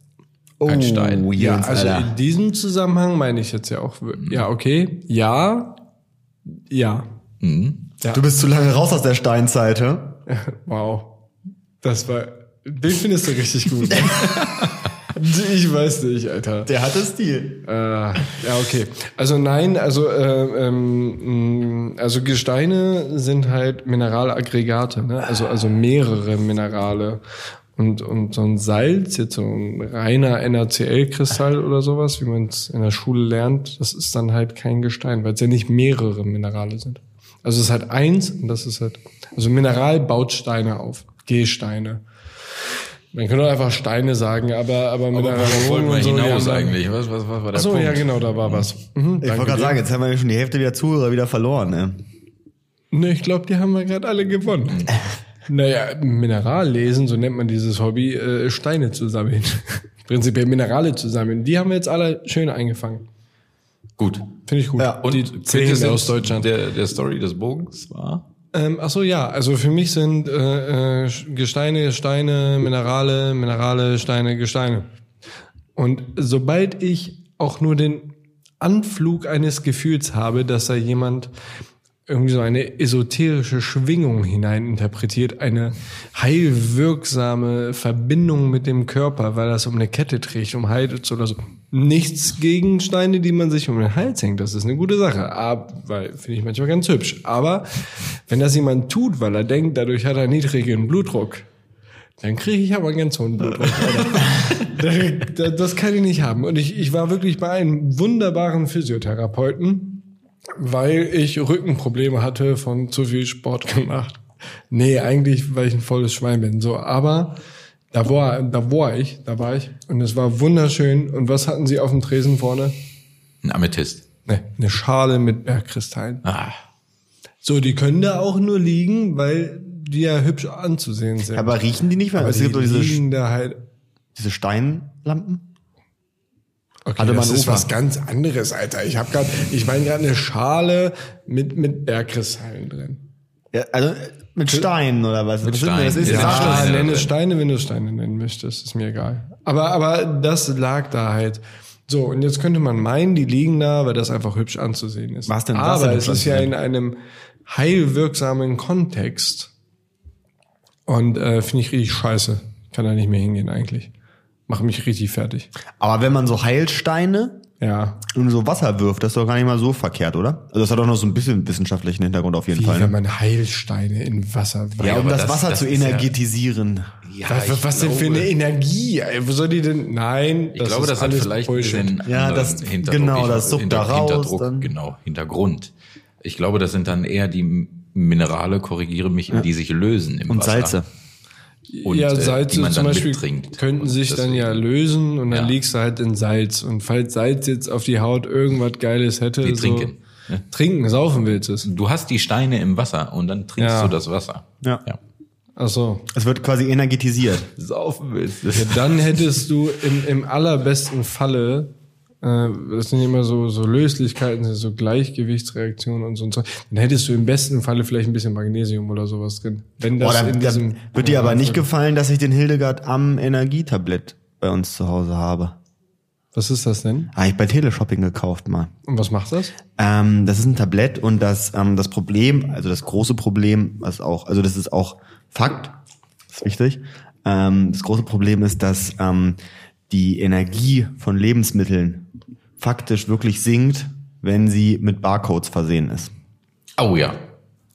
Speaker 1: Oh,
Speaker 3: Kein Stein.
Speaker 2: Ja,
Speaker 1: Jens,
Speaker 2: also
Speaker 1: Alter.
Speaker 2: in diesem Zusammenhang meine ich jetzt ja auch.
Speaker 3: Mhm.
Speaker 2: Ja, okay. Ja. Ja.
Speaker 3: Mhm.
Speaker 1: Du bist zu lange raus aus der Steinzeit, hä?
Speaker 2: Wow. Das war. Den findest du richtig gut. ich weiß nicht, Alter.
Speaker 1: Der hatte Stil.
Speaker 2: Äh, ja, okay. Also nein, also, äh, ähm, mh, also Gesteine sind halt Mineralaggregate, ne? also, also mehrere Minerale. Und, und so ein Salz, jetzt so ein reiner NaCl-Kristall oder sowas, wie man es in der Schule lernt, das ist dann halt kein Gestein, weil es ja nicht mehrere Minerale sind. Also es ist halt eins und das ist halt, also Mineral baut Steine auf, Gesteine. Man könnte auch einfach Steine sagen, aber, aber Mineralogen
Speaker 3: Worauf wollten wir
Speaker 2: und so, die haben
Speaker 3: hinaus
Speaker 2: dann-
Speaker 3: eigentlich? Was, was, was war der
Speaker 2: Ach so,
Speaker 3: Punkt?
Speaker 2: ja, genau, da war was. Mhm,
Speaker 1: Ich
Speaker 2: danke
Speaker 1: wollte gerade
Speaker 2: dir.
Speaker 1: sagen, jetzt haben wir schon die Hälfte der Zuhörer wieder verloren. Ne?
Speaker 2: Ne, ich glaube, die haben wir gerade alle gewonnen. naja, Minerallesen, so nennt man dieses Hobby, äh, Steine zusammen. Prinzipiell Minerale zusammen. Die haben wir jetzt alle schön eingefangen.
Speaker 3: Gut.
Speaker 2: Finde ich gut.
Speaker 1: Ja,
Speaker 3: Und
Speaker 2: genau. die
Speaker 3: Quintessenz
Speaker 2: Zehn aus Deutschland.
Speaker 3: Der, der Story des Bogens war?
Speaker 2: Ähm, ach so, ja. Also für mich sind äh, äh, Gesteine, Steine, Minerale, Minerale, Steine, Gesteine. Und sobald ich auch nur den Anflug eines Gefühls habe, dass da jemand irgendwie so eine esoterische Schwingung hineininterpretiert, eine heilwirksame Verbindung mit dem Körper, weil das um eine Kette trägt, um Hals oder so. Nichts gegen Steine, die man sich um den Hals hängt, das ist eine gute Sache, Ab, weil finde ich manchmal ganz hübsch. Aber wenn das jemand tut, weil er denkt, dadurch hat er niedrigen Blutdruck, dann kriege ich aber einen ganz hohen Blutdruck. Alter. Da- das kann ich nicht haben. Und ich, ich war wirklich bei einem wunderbaren Physiotherapeuten, weil ich Rückenprobleme hatte von zu viel Sport gemacht. Nee, eigentlich, weil ich ein volles Schwein bin. So, aber da war, da war ich, da war ich. Und es war wunderschön. Und was hatten sie auf dem Tresen vorne?
Speaker 3: Ein Amethyst.
Speaker 2: Nee, eine Schale mit Bergkristallen.
Speaker 3: Ah.
Speaker 2: So, die können da auch nur liegen, weil die ja hübsch anzusehen sind.
Speaker 1: Aber riechen die nicht mehr?
Speaker 2: Aber
Speaker 1: es gibt doch
Speaker 2: die
Speaker 1: diese,
Speaker 2: liegen da halt
Speaker 1: diese Steinlampen.
Speaker 2: Okay,
Speaker 1: Hatte
Speaker 2: das
Speaker 1: mein
Speaker 2: ist
Speaker 1: Opa.
Speaker 2: was ganz anderes, Alter. Ich habe gerade, ich meine gerade eine Schale mit mit Bergkristallen drin.
Speaker 1: Ja, also äh, mit Steinen oder was? Mit was denn-
Speaker 3: Steinen.
Speaker 1: das ist
Speaker 3: Ja,
Speaker 1: ja,
Speaker 3: Steine
Speaker 2: Ah,
Speaker 3: drin.
Speaker 2: nenne Steine, wenn du Steine nennen möchtest, ist mir egal. Aber aber das lag da halt. So und jetzt könnte man meinen, die liegen da, weil das einfach hübsch anzusehen ist.
Speaker 1: Was denn- was
Speaker 2: aber
Speaker 1: denn
Speaker 2: es
Speaker 1: hübsch
Speaker 2: ist ja in
Speaker 1: anzusehen?
Speaker 2: einem heilwirksamen Kontext und äh, finde ich richtig scheiße. Kann da nicht mehr hingehen eigentlich. Mach mich richtig fertig.
Speaker 1: Aber wenn man so Heilsteine
Speaker 2: Ja.
Speaker 1: und so Wasser wirft, das ist doch gar nicht mal so verkehrt, oder? Also das hat doch noch so ein bisschen wissenschaftlichen Hintergrund auf jeden
Speaker 2: Wie
Speaker 1: Fall.
Speaker 2: wenn
Speaker 1: Ne?
Speaker 2: man Heilsteine in Wasser wirft.
Speaker 1: Ja, um
Speaker 3: aber
Speaker 1: das,
Speaker 3: das-
Speaker 1: Wasser
Speaker 3: das
Speaker 1: zu
Speaker 3: ist ja-
Speaker 1: energetisieren.
Speaker 3: Ja,
Speaker 2: Was, was, was denn für eine Energie? Ey, wo soll die denn? Nein,
Speaker 3: Ich glaube, das hat vielleicht ähm,
Speaker 2: Bullshit.
Speaker 3: einen
Speaker 1: Ja,
Speaker 3: anderen
Speaker 1: das-
Speaker 3: Hinterdruck.
Speaker 1: genau,
Speaker 3: Ich-
Speaker 1: das suppt da raus, dann-
Speaker 3: genau, Hintergrund. Ich glaube, das sind dann eher die Minerale, korrigiere mich, die sich lösen im
Speaker 1: Und
Speaker 3: Wasser.
Speaker 1: Salze.
Speaker 3: Und,
Speaker 2: ja,
Speaker 3: äh, die
Speaker 2: Salze
Speaker 3: man
Speaker 2: zum
Speaker 3: dann
Speaker 2: Beispiel
Speaker 3: mittrinkt.
Speaker 2: könnten
Speaker 3: Und
Speaker 2: sich dann
Speaker 3: deswegen-
Speaker 2: ja lösen und dann
Speaker 3: Ja.
Speaker 2: liegst du halt in Salz. Und falls Salz jetzt auf die Haut irgendwas Geiles hätte,
Speaker 3: Die
Speaker 2: so
Speaker 3: trinken,
Speaker 2: trinken, saufen willst du es.
Speaker 3: Du hast die Steine im Wasser und dann trinkst
Speaker 2: Ja.
Speaker 3: du das Wasser.
Speaker 1: Ja.
Speaker 2: Ach so.
Speaker 1: Es wird quasi energetisiert.
Speaker 3: Saufen willst
Speaker 2: Dann hättest du im, im allerbesten Falle Äh, das sind immer so, so Löslichkeiten, so Gleichgewichtsreaktionen und so und so. Dann hättest du im besten Falle vielleicht ein bisschen Magnesium oder sowas drin. Wenn das
Speaker 1: Boah, dann,
Speaker 2: in diesem,
Speaker 1: dann wird dir aber nicht gefallen, dass ich den Hildegard am Energietablett bei uns zu Hause habe.
Speaker 2: Was ist das denn?
Speaker 1: Habe ich bei Teleshopping gekauft mal.
Speaker 2: Und was macht das?
Speaker 1: Ähm, das ist ein Tablett und das, ähm, das Problem, also das große Problem, was auch, also das ist auch Fakt, ist wichtig. Ähm, das große Problem ist, dass ähm, die Energie von Lebensmitteln faktisch wirklich sinkt, wenn sie mit Barcodes versehen ist.
Speaker 3: Oh ja.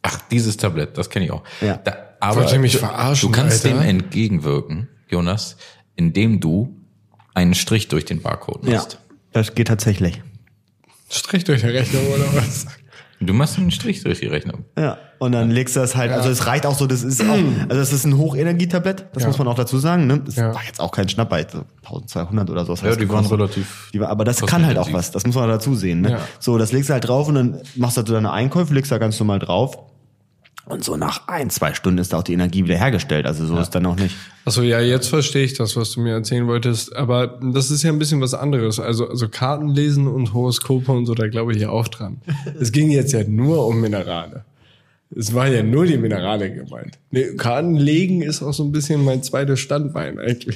Speaker 3: Ach, dieses Tablett, das kenne ich auch.
Speaker 1: Ja.
Speaker 3: Da, aber
Speaker 2: Wollt ihr mich
Speaker 3: du-
Speaker 2: verarschen,
Speaker 3: Du kannst
Speaker 2: Alter?
Speaker 3: dem entgegenwirken, Jonas, indem du einen Strich durch den Barcode machst.
Speaker 1: das geht tatsächlich.
Speaker 2: Strich durch die Rechnung oder was?
Speaker 3: Du machst einen Strich durch die Rechnung.
Speaker 1: Ja, und dann legst du das halt, also es reicht auch so, das ist auch, also das ist ein Hochenergietablett, das
Speaker 2: Ja.
Speaker 1: muss man auch dazu sagen, ne? Das
Speaker 2: Ja.
Speaker 1: war jetzt auch kein Schnapper, jetzt so 1200 oder so. Das
Speaker 3: Ja, die waren
Speaker 1: gekostet.
Speaker 3: relativ
Speaker 1: Die war, aber das kann halt auch
Speaker 3: kostenintensiv.
Speaker 1: was, das muss man dazu sehen, ne?
Speaker 2: Ja.
Speaker 1: So, das legst du halt drauf und dann machst du halt so deine Einkäufe, legst da ganz normal drauf. Und so nach ein, zwei Stunden ist da auch die Energie wieder hergestellt, also so ist dann auch nicht.
Speaker 2: Achso, ja, jetzt verstehe ich das, was du mir erzählen wolltest. Aber das ist ja ein bisschen was anderes. Also, also Karten lesen und Horoskope und so, da glaube ich ja auch dran. Es ging jetzt ja nur um Minerale. Es war ja nur die Minerale gemeint. Nee, Karten legen ist auch so ein bisschen mein zweites Standbein eigentlich.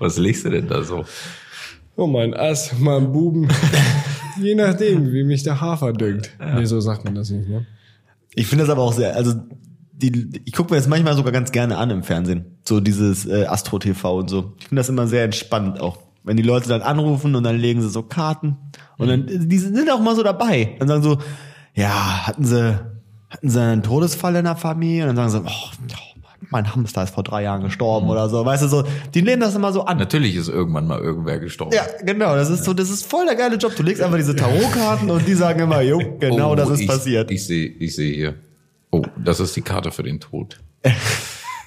Speaker 3: Was legst du denn da so?
Speaker 2: Oh, mein Ass, mein Buben. Je nachdem, wie mich der Hafer düngt. Nee, so sagt man das nicht, ne?
Speaker 1: Ich finde das aber auch sehr, also die, ich gucke mir das manchmal sogar ganz gerne an im Fernsehen. So dieses äh, Astro TV und so. Ich finde das immer sehr entspannend auch. Wenn die Leute dann anrufen und dann legen sie so Karten und
Speaker 3: Mhm.
Speaker 1: dann die sind auch mal so dabei. Dann sagen so, ja, hatten sie hatten sie einen Todesfall in der Familie und dann sagen sie, oh, oh, mein Hamster ist vor drei Jahren gestorben oder so. Weißt du so, die nehmen das immer so an.
Speaker 3: Mhm. Natürlich ist irgendwann mal irgendwer gestorben.
Speaker 1: Ja, genau, das ist so, das ist voll der geile Job. Du legst einfach diese Tarotkarten und die sagen immer, jo, genau
Speaker 3: Oh,
Speaker 1: das ist
Speaker 3: ich,
Speaker 1: passiert.
Speaker 3: Ich sehe ich sehe hier. Oh, das ist die Karte für den Tod.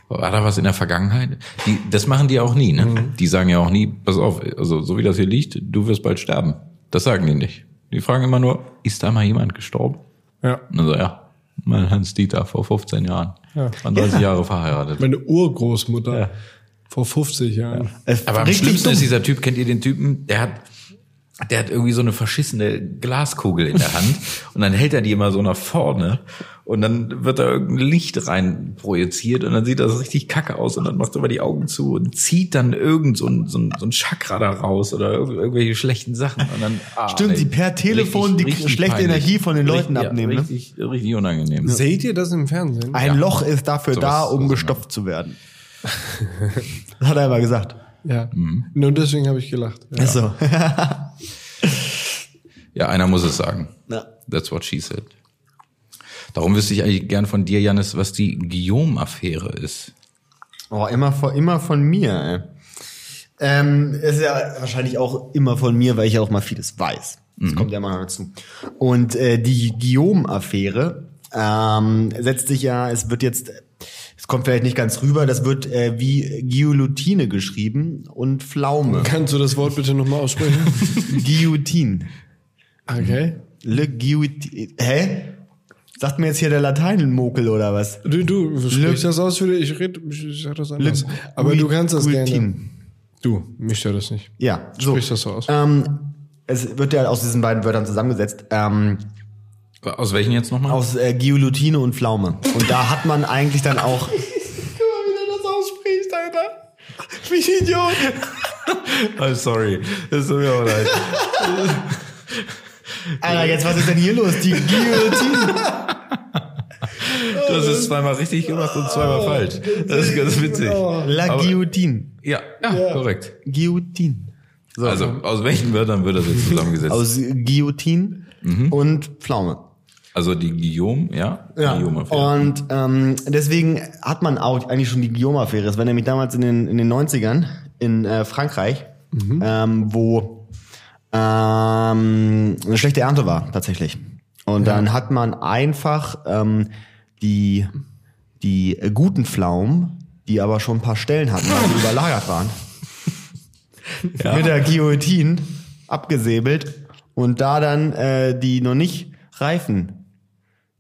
Speaker 3: War da was in der Vergangenheit? Die, das machen die auch nie, ne?
Speaker 1: Mhm.
Speaker 3: Die sagen ja auch nie, pass auf, also so wie das hier liegt, du wirst bald sterben. Das sagen die nicht. Die fragen immer nur, ist da mal jemand gestorben?
Speaker 2: Ja.
Speaker 3: Und dann so, ja, mein Hans-Dieter vor 15 Jahren.
Speaker 2: Ja.
Speaker 3: Waren 30 Jahre verheiratet.
Speaker 2: Meine Urgroßmutter vor 50 Jahren.
Speaker 1: Es-
Speaker 3: Aber am
Speaker 1: richtig
Speaker 3: schlimmsten
Speaker 1: dumm.
Speaker 3: ist dieser Typ, kennt ihr den Typen, der hat, der hat irgendwie so eine verschissene Glaskugel in der Hand und dann hält er die immer so nach vorne und dann wird da irgendein Licht rein projiziert und dann sieht das richtig kacke aus und dann macht er aber die Augen zu und zieht dann irgend so ein, so ein, so ein Chakra da raus oder irg irgendwelche schlechten Sachen und dann, ah,
Speaker 1: Stimmt, die per Telefon die schlechte Energie von den Leuten
Speaker 3: richtig,
Speaker 1: abnehmen, ne?
Speaker 3: Ja, richtig, richtig unangenehm.
Speaker 2: Seht ihr das im Fernsehen?
Speaker 1: Ein
Speaker 3: Ja.
Speaker 1: Loch ist dafür
Speaker 3: Sowas-
Speaker 1: da, um
Speaker 3: sowas
Speaker 1: gestopft zu werden. das hat er immer gesagt.
Speaker 2: Ja. Nur deswegen habe ich gelacht. Ja.
Speaker 1: So.
Speaker 3: Ja, einer muss es sagen.
Speaker 1: Ja.
Speaker 3: That's what she said. Darum wüsste ich eigentlich gern von dir, Janis, was die Guillaume-Affäre ist.
Speaker 1: Oh, immer von, immer von mir, ey. Ähm, es ist ja wahrscheinlich auch immer von mir, weil ich ja auch mal vieles weiß. Das kommt ja mal dazu. Und äh, die Guillaume-Affäre ähm, setzt sich ja, es wird jetzt, es kommt vielleicht nicht ganz rüber, das wird äh, wie Guillotine geschrieben und Pflaume.
Speaker 2: Kannst du das Wort bitte nochmal aussprechen?
Speaker 1: Guillotine.
Speaker 2: Okay.
Speaker 1: Le Guillotine. Hä? Sagt mir jetzt hier der Lateinmokel oder was?
Speaker 2: Du, du sprichst das aus, wie du- ich rede, ich sag das anders. Aber du kannst das gerne.
Speaker 1: Guillotine.
Speaker 2: Du, mich stört das nicht.
Speaker 1: Ja, so.
Speaker 2: Sprich das so aus.
Speaker 1: Ähm, es wird ja aus diesen beiden Wörtern zusammengesetzt. Ähm,
Speaker 3: Aus welchen jetzt nochmal?
Speaker 1: aus äh, Guillotine und Pflaume. Und da hat man eigentlich dann auch. Guck mal, wie der das ausspricht, Alter. Wie Idiot.
Speaker 3: I'm Oh, sorry. Das tut mir auch leid.
Speaker 1: Alter, jetzt was ist denn hier los? Die Guillotine.
Speaker 3: Du hast es zweimal richtig gemacht und zweimal falsch. Das ist ganz witzig.
Speaker 2: Oh.
Speaker 1: La
Speaker 3: Aber-
Speaker 1: Guillotine.
Speaker 3: Ja, ja, ah, korrekt.
Speaker 1: Guillotine.
Speaker 3: Also, aus welchen Wörtern wird das jetzt zusammengesetzt?
Speaker 1: Aus Guillotine
Speaker 2: Mhm.
Speaker 1: und Pflaume.
Speaker 3: also die Guillaume, ja?
Speaker 1: Ja.
Speaker 3: Guillaume-Affäre.
Speaker 1: Und ähm, deswegen hat man auch eigentlich schon die Guillaume-Affäre. Es war nämlich damals in den, in den 90ern in äh, Frankreich, ähm, wo ähm, eine schlechte Ernte war tatsächlich. Und dann hat man einfach ähm, die, die äh, guten Pflaumen, die aber schon ein paar Stellen hatten, weil sie überlagert waren, mit der Guillotine abgesäbelt und da dann äh, die noch nicht reifen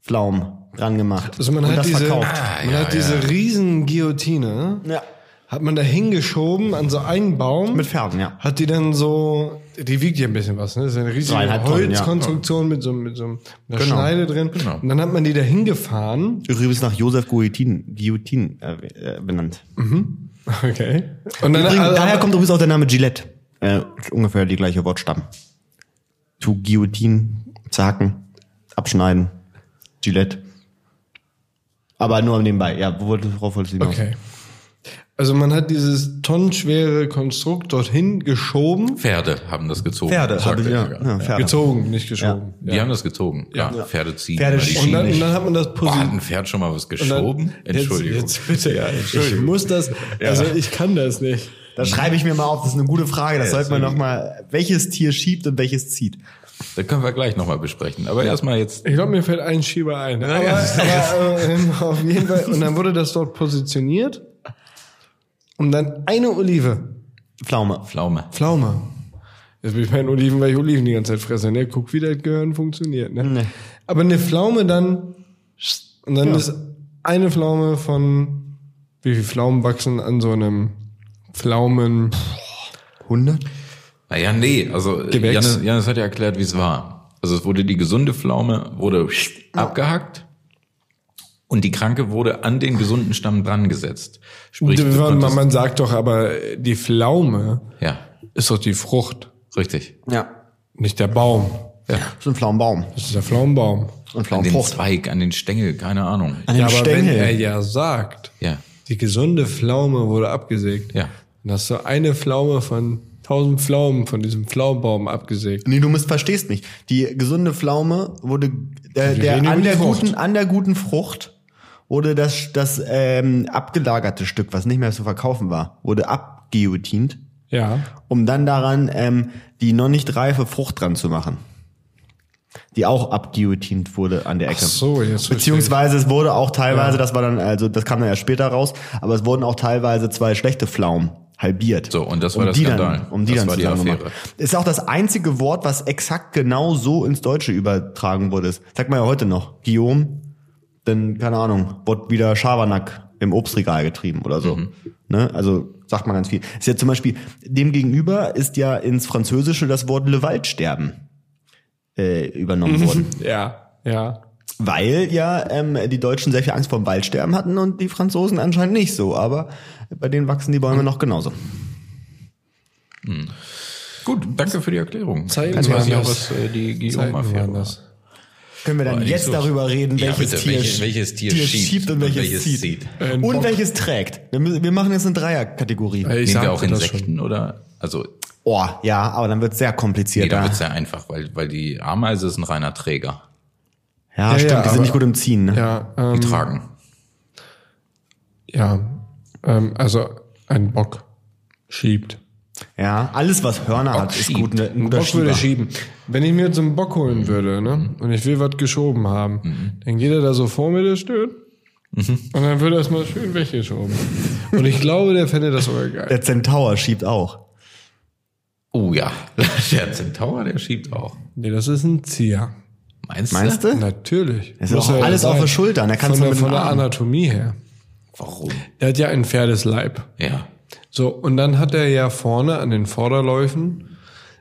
Speaker 1: Pflaumen dran gemacht
Speaker 2: Also man
Speaker 1: und
Speaker 2: hat
Speaker 1: das
Speaker 2: diese,
Speaker 1: verkauft. Ah,
Speaker 2: man hat diese riesen Guillotine,
Speaker 1: Ja.
Speaker 2: hat man da hingeschoben an so einen Baum.
Speaker 1: Mit Pferden, ja.
Speaker 2: Hat die dann so, die wiegt ja ein bisschen was, ne? Das ist eine riesige
Speaker 1: Dreieinhalb Tonnen, ja.
Speaker 2: Holzkonstruktion mit so, mit so einer
Speaker 1: Genau.
Speaker 2: Schneide drin.
Speaker 3: Genau.
Speaker 2: Und dann hat man die da hingefahren.
Speaker 1: Übrigens nach Josef Guillotin, Guillotin äh, äh, benannt.
Speaker 2: Okay. Und dann,
Speaker 1: Übrigens,
Speaker 2: also-
Speaker 1: daher kommt übrigens auch der Name Gillette. Äh, ungefähr die gleiche Wortstamm. To Guillotine, zacken, abschneiden, Gillette. Aber nur nebenbei, ja, wo wollte- worauf wolltest du hinaus?
Speaker 2: Okay. Also man hat dieses tonnenschwere Konstrukt dorthin geschoben.
Speaker 3: Pferde haben das gezogen.
Speaker 1: Pferde,
Speaker 3: sagt
Speaker 1: habe ich,
Speaker 3: der
Speaker 1: ja,
Speaker 3: Jäger.
Speaker 1: ja, Pferde.
Speaker 2: Gezogen, nicht geschoben.
Speaker 3: Die haben das gezogen. Ja. Pferde ziehen.
Speaker 1: Pferde
Speaker 3: immer die
Speaker 1: schieben.
Speaker 2: Und dann,
Speaker 3: Schienen.
Speaker 2: und dann hat man das
Speaker 3: Boah, hat
Speaker 2: positioniert.
Speaker 3: ein Pferd schon mal was geschoben? Entschuldigung.
Speaker 2: Jetzt, jetzt bitte, ja, Entschuldigung. Ich muss das, also ich kann das nicht.
Speaker 1: Da schreibe ich mir mal auf, das ist eine gute Frage. Das sollte man nochmal, welches Tier schiebt und welches zieht.
Speaker 3: Das können wir gleich nochmal besprechen. Aber erstmal jetzt.
Speaker 2: Ich glaube, mir fällt ein Schieber ein. Aber,
Speaker 3: ja.
Speaker 2: aber, ähm, auf jeden Fall. Und dann wurde das dort positioniert. Und dann eine Olive.
Speaker 1: Pflaume.
Speaker 3: Pflaume.
Speaker 2: Pflaume. Jetzt bin ich bei den Oliven, weil ich Oliven die ganze Zeit fresse. Ne? Guck, wie das Gehirn funktioniert. Ne?
Speaker 1: Nee.
Speaker 2: Aber eine Pflaume dann. Und dann
Speaker 1: Ja.
Speaker 2: ist eine Pflaume von. Wie viele Pflaumen wachsen an so einem Pflaumen?
Speaker 1: 100?
Speaker 3: Naja, nee.
Speaker 2: Äh,
Speaker 3: Also,
Speaker 2: Gewächs.
Speaker 3: Janis, Janis hat ja erklärt, wie es war. Also, es wurde die gesunde Pflaume wurde abgehackt. Und die kranke wurde an den gesunden Stamm dran gesetzt. Sprich, du
Speaker 2: Man,
Speaker 3: konntest-
Speaker 2: man sagt doch aber, die Pflaume
Speaker 3: ja,
Speaker 2: ist doch die Frucht,
Speaker 3: richtig.
Speaker 1: Ja.
Speaker 2: nicht der Baum.
Speaker 3: Ja.
Speaker 1: Das ist ein Pflaumenbaum.
Speaker 2: Das ist der Pflaumenbaum.
Speaker 1: Und
Speaker 3: An den
Speaker 1: Pflaumenfrucht.
Speaker 3: Zweig, an den Stängel, keine Ahnung.
Speaker 1: An den
Speaker 2: wenn äh, er
Speaker 1: Stängel.
Speaker 2: ja sagt,
Speaker 3: Ja.
Speaker 2: die gesunde Pflaume wurde abgesägt,
Speaker 3: Ja.
Speaker 2: dann hast du eine Pflaume von tausend Pflaumen von diesem Pflaumenbaum abgesägt.
Speaker 1: Nee, du musst, verstehst nicht. Die gesunde Pflaume wurde, äh, der,
Speaker 2: reden über
Speaker 1: an,
Speaker 2: die
Speaker 1: der
Speaker 2: Frucht.
Speaker 1: guten, an der guten Frucht wurde das, das ähm, abgelagerte Stück, was nicht mehr zu verkaufen war, wurde abguillotint,
Speaker 2: Ja.
Speaker 1: um dann daran ähm, die noch nicht reife Frucht dran zu machen. Die auch abguillotint wurde an der Ecke.
Speaker 2: Ach so, jetzt verstehe ich.
Speaker 1: Beziehungsweise es wurde auch teilweise, das war dann, also das kam dann erst später raus, aber es wurden auch teilweise zwei schlechte Pflaumen halbiert.
Speaker 3: So, und das war der
Speaker 1: die
Speaker 3: Skandal.
Speaker 1: Dann, um die
Speaker 3: Das
Speaker 1: dann
Speaker 3: war die
Speaker 1: zusammen
Speaker 3: Affäre.
Speaker 1: gemacht. Ist auch das einzige Wort, was exakt genau so ins Deutsche übertragen wurde. Das Sagt man ja heute noch. Guillaume, dann, keine Ahnung, wird wieder Schabernack im Obstregal getrieben oder so.
Speaker 3: Mhm.
Speaker 1: Ne? Also sagt man ganz viel. Ist ja zum Beispiel, dem gegenüber ist ja ins Französische das Wort Le Waldsterben äh, übernommen worden.
Speaker 2: Ja, ja.
Speaker 1: Weil ja ähm, die Deutschen sehr viel Angst vor dem Waldsterben hatten und die Franzosen anscheinend nicht so, aber bei denen wachsen die Bäume noch genauso.
Speaker 3: Gut, danke für die Erklärung.
Speaker 2: Zeiten
Speaker 3: Jetzt weiß
Speaker 2: waren
Speaker 3: ich auch,
Speaker 2: das.
Speaker 3: was äh, die
Speaker 2: Zeiten
Speaker 3: Guillaume-Affäre
Speaker 2: waren
Speaker 3: war.
Speaker 2: das.
Speaker 1: Können wir dann
Speaker 3: Boah,
Speaker 1: jetzt
Speaker 3: ich so-
Speaker 1: darüber reden,
Speaker 3: Ja,
Speaker 1: welches,
Speaker 3: bitte,
Speaker 1: Tier,
Speaker 3: welches- welches Tier schiebt
Speaker 1: und welches, zieht. Ähm,
Speaker 2: Äh, ein
Speaker 1: und
Speaker 2: Bock.
Speaker 1: welches trägt. Wir, müssen, wir machen jetzt eine Dreierkategorie.
Speaker 2: Ey,
Speaker 3: Nehmen wir
Speaker 2: sagte
Speaker 3: auch
Speaker 2: das schon.
Speaker 3: Insekten oder? Also,
Speaker 1: Oh, ja, aber dann wird's sehr
Speaker 3: nee,
Speaker 1: kompliziert.
Speaker 3: da
Speaker 1: ja,
Speaker 3: wird's sehr einfach, weil, weil die Ameise ist ein reiner Träger.
Speaker 1: ja,
Speaker 2: Ja,
Speaker 1: stimmt,
Speaker 2: ja,
Speaker 1: die sind
Speaker 2: aber-
Speaker 1: nicht gut im Ziehen. Ne?
Speaker 2: Ja,
Speaker 3: Die
Speaker 2: ähm,
Speaker 3: tragen.
Speaker 2: ja. Ähm, also ein Bock schiebt.
Speaker 1: Ja. alles was Hörner hat, ist
Speaker 3: schiebt.
Speaker 1: gut. Ne, ein
Speaker 2: Ein
Speaker 1: guter
Speaker 2: Bock
Speaker 1: Schieber.
Speaker 2: würde schieben. Wenn ich mir jetzt einen Bock holen würde, ne, und ich will was geschoben haben,
Speaker 3: Mhm.
Speaker 2: dann geht er da so vor mir, der stört. Und dann wird er erstmal schön weggeschoben. Und ich glaube, der fände das sogar geil.
Speaker 1: Der Centaur schiebt auch.
Speaker 3: Oh ja, der Zentaur, der schiebt auch.
Speaker 2: Nee, das ist ein Zier.
Speaker 3: Meinst,
Speaker 1: Meinst du?
Speaker 2: Natürlich.
Speaker 1: ist auch
Speaker 2: Muss er ja
Speaker 1: alles auf
Speaker 2: sein.
Speaker 1: der Schulter, da kannst du
Speaker 2: von der,
Speaker 1: mit dem
Speaker 2: von der
Speaker 1: Arm.
Speaker 2: Anatomie her.
Speaker 3: Warum?
Speaker 2: Er hat ja ein Pferdesleib.
Speaker 3: Ja.
Speaker 2: So, und dann hat er ja vorne an den Vorderläufen,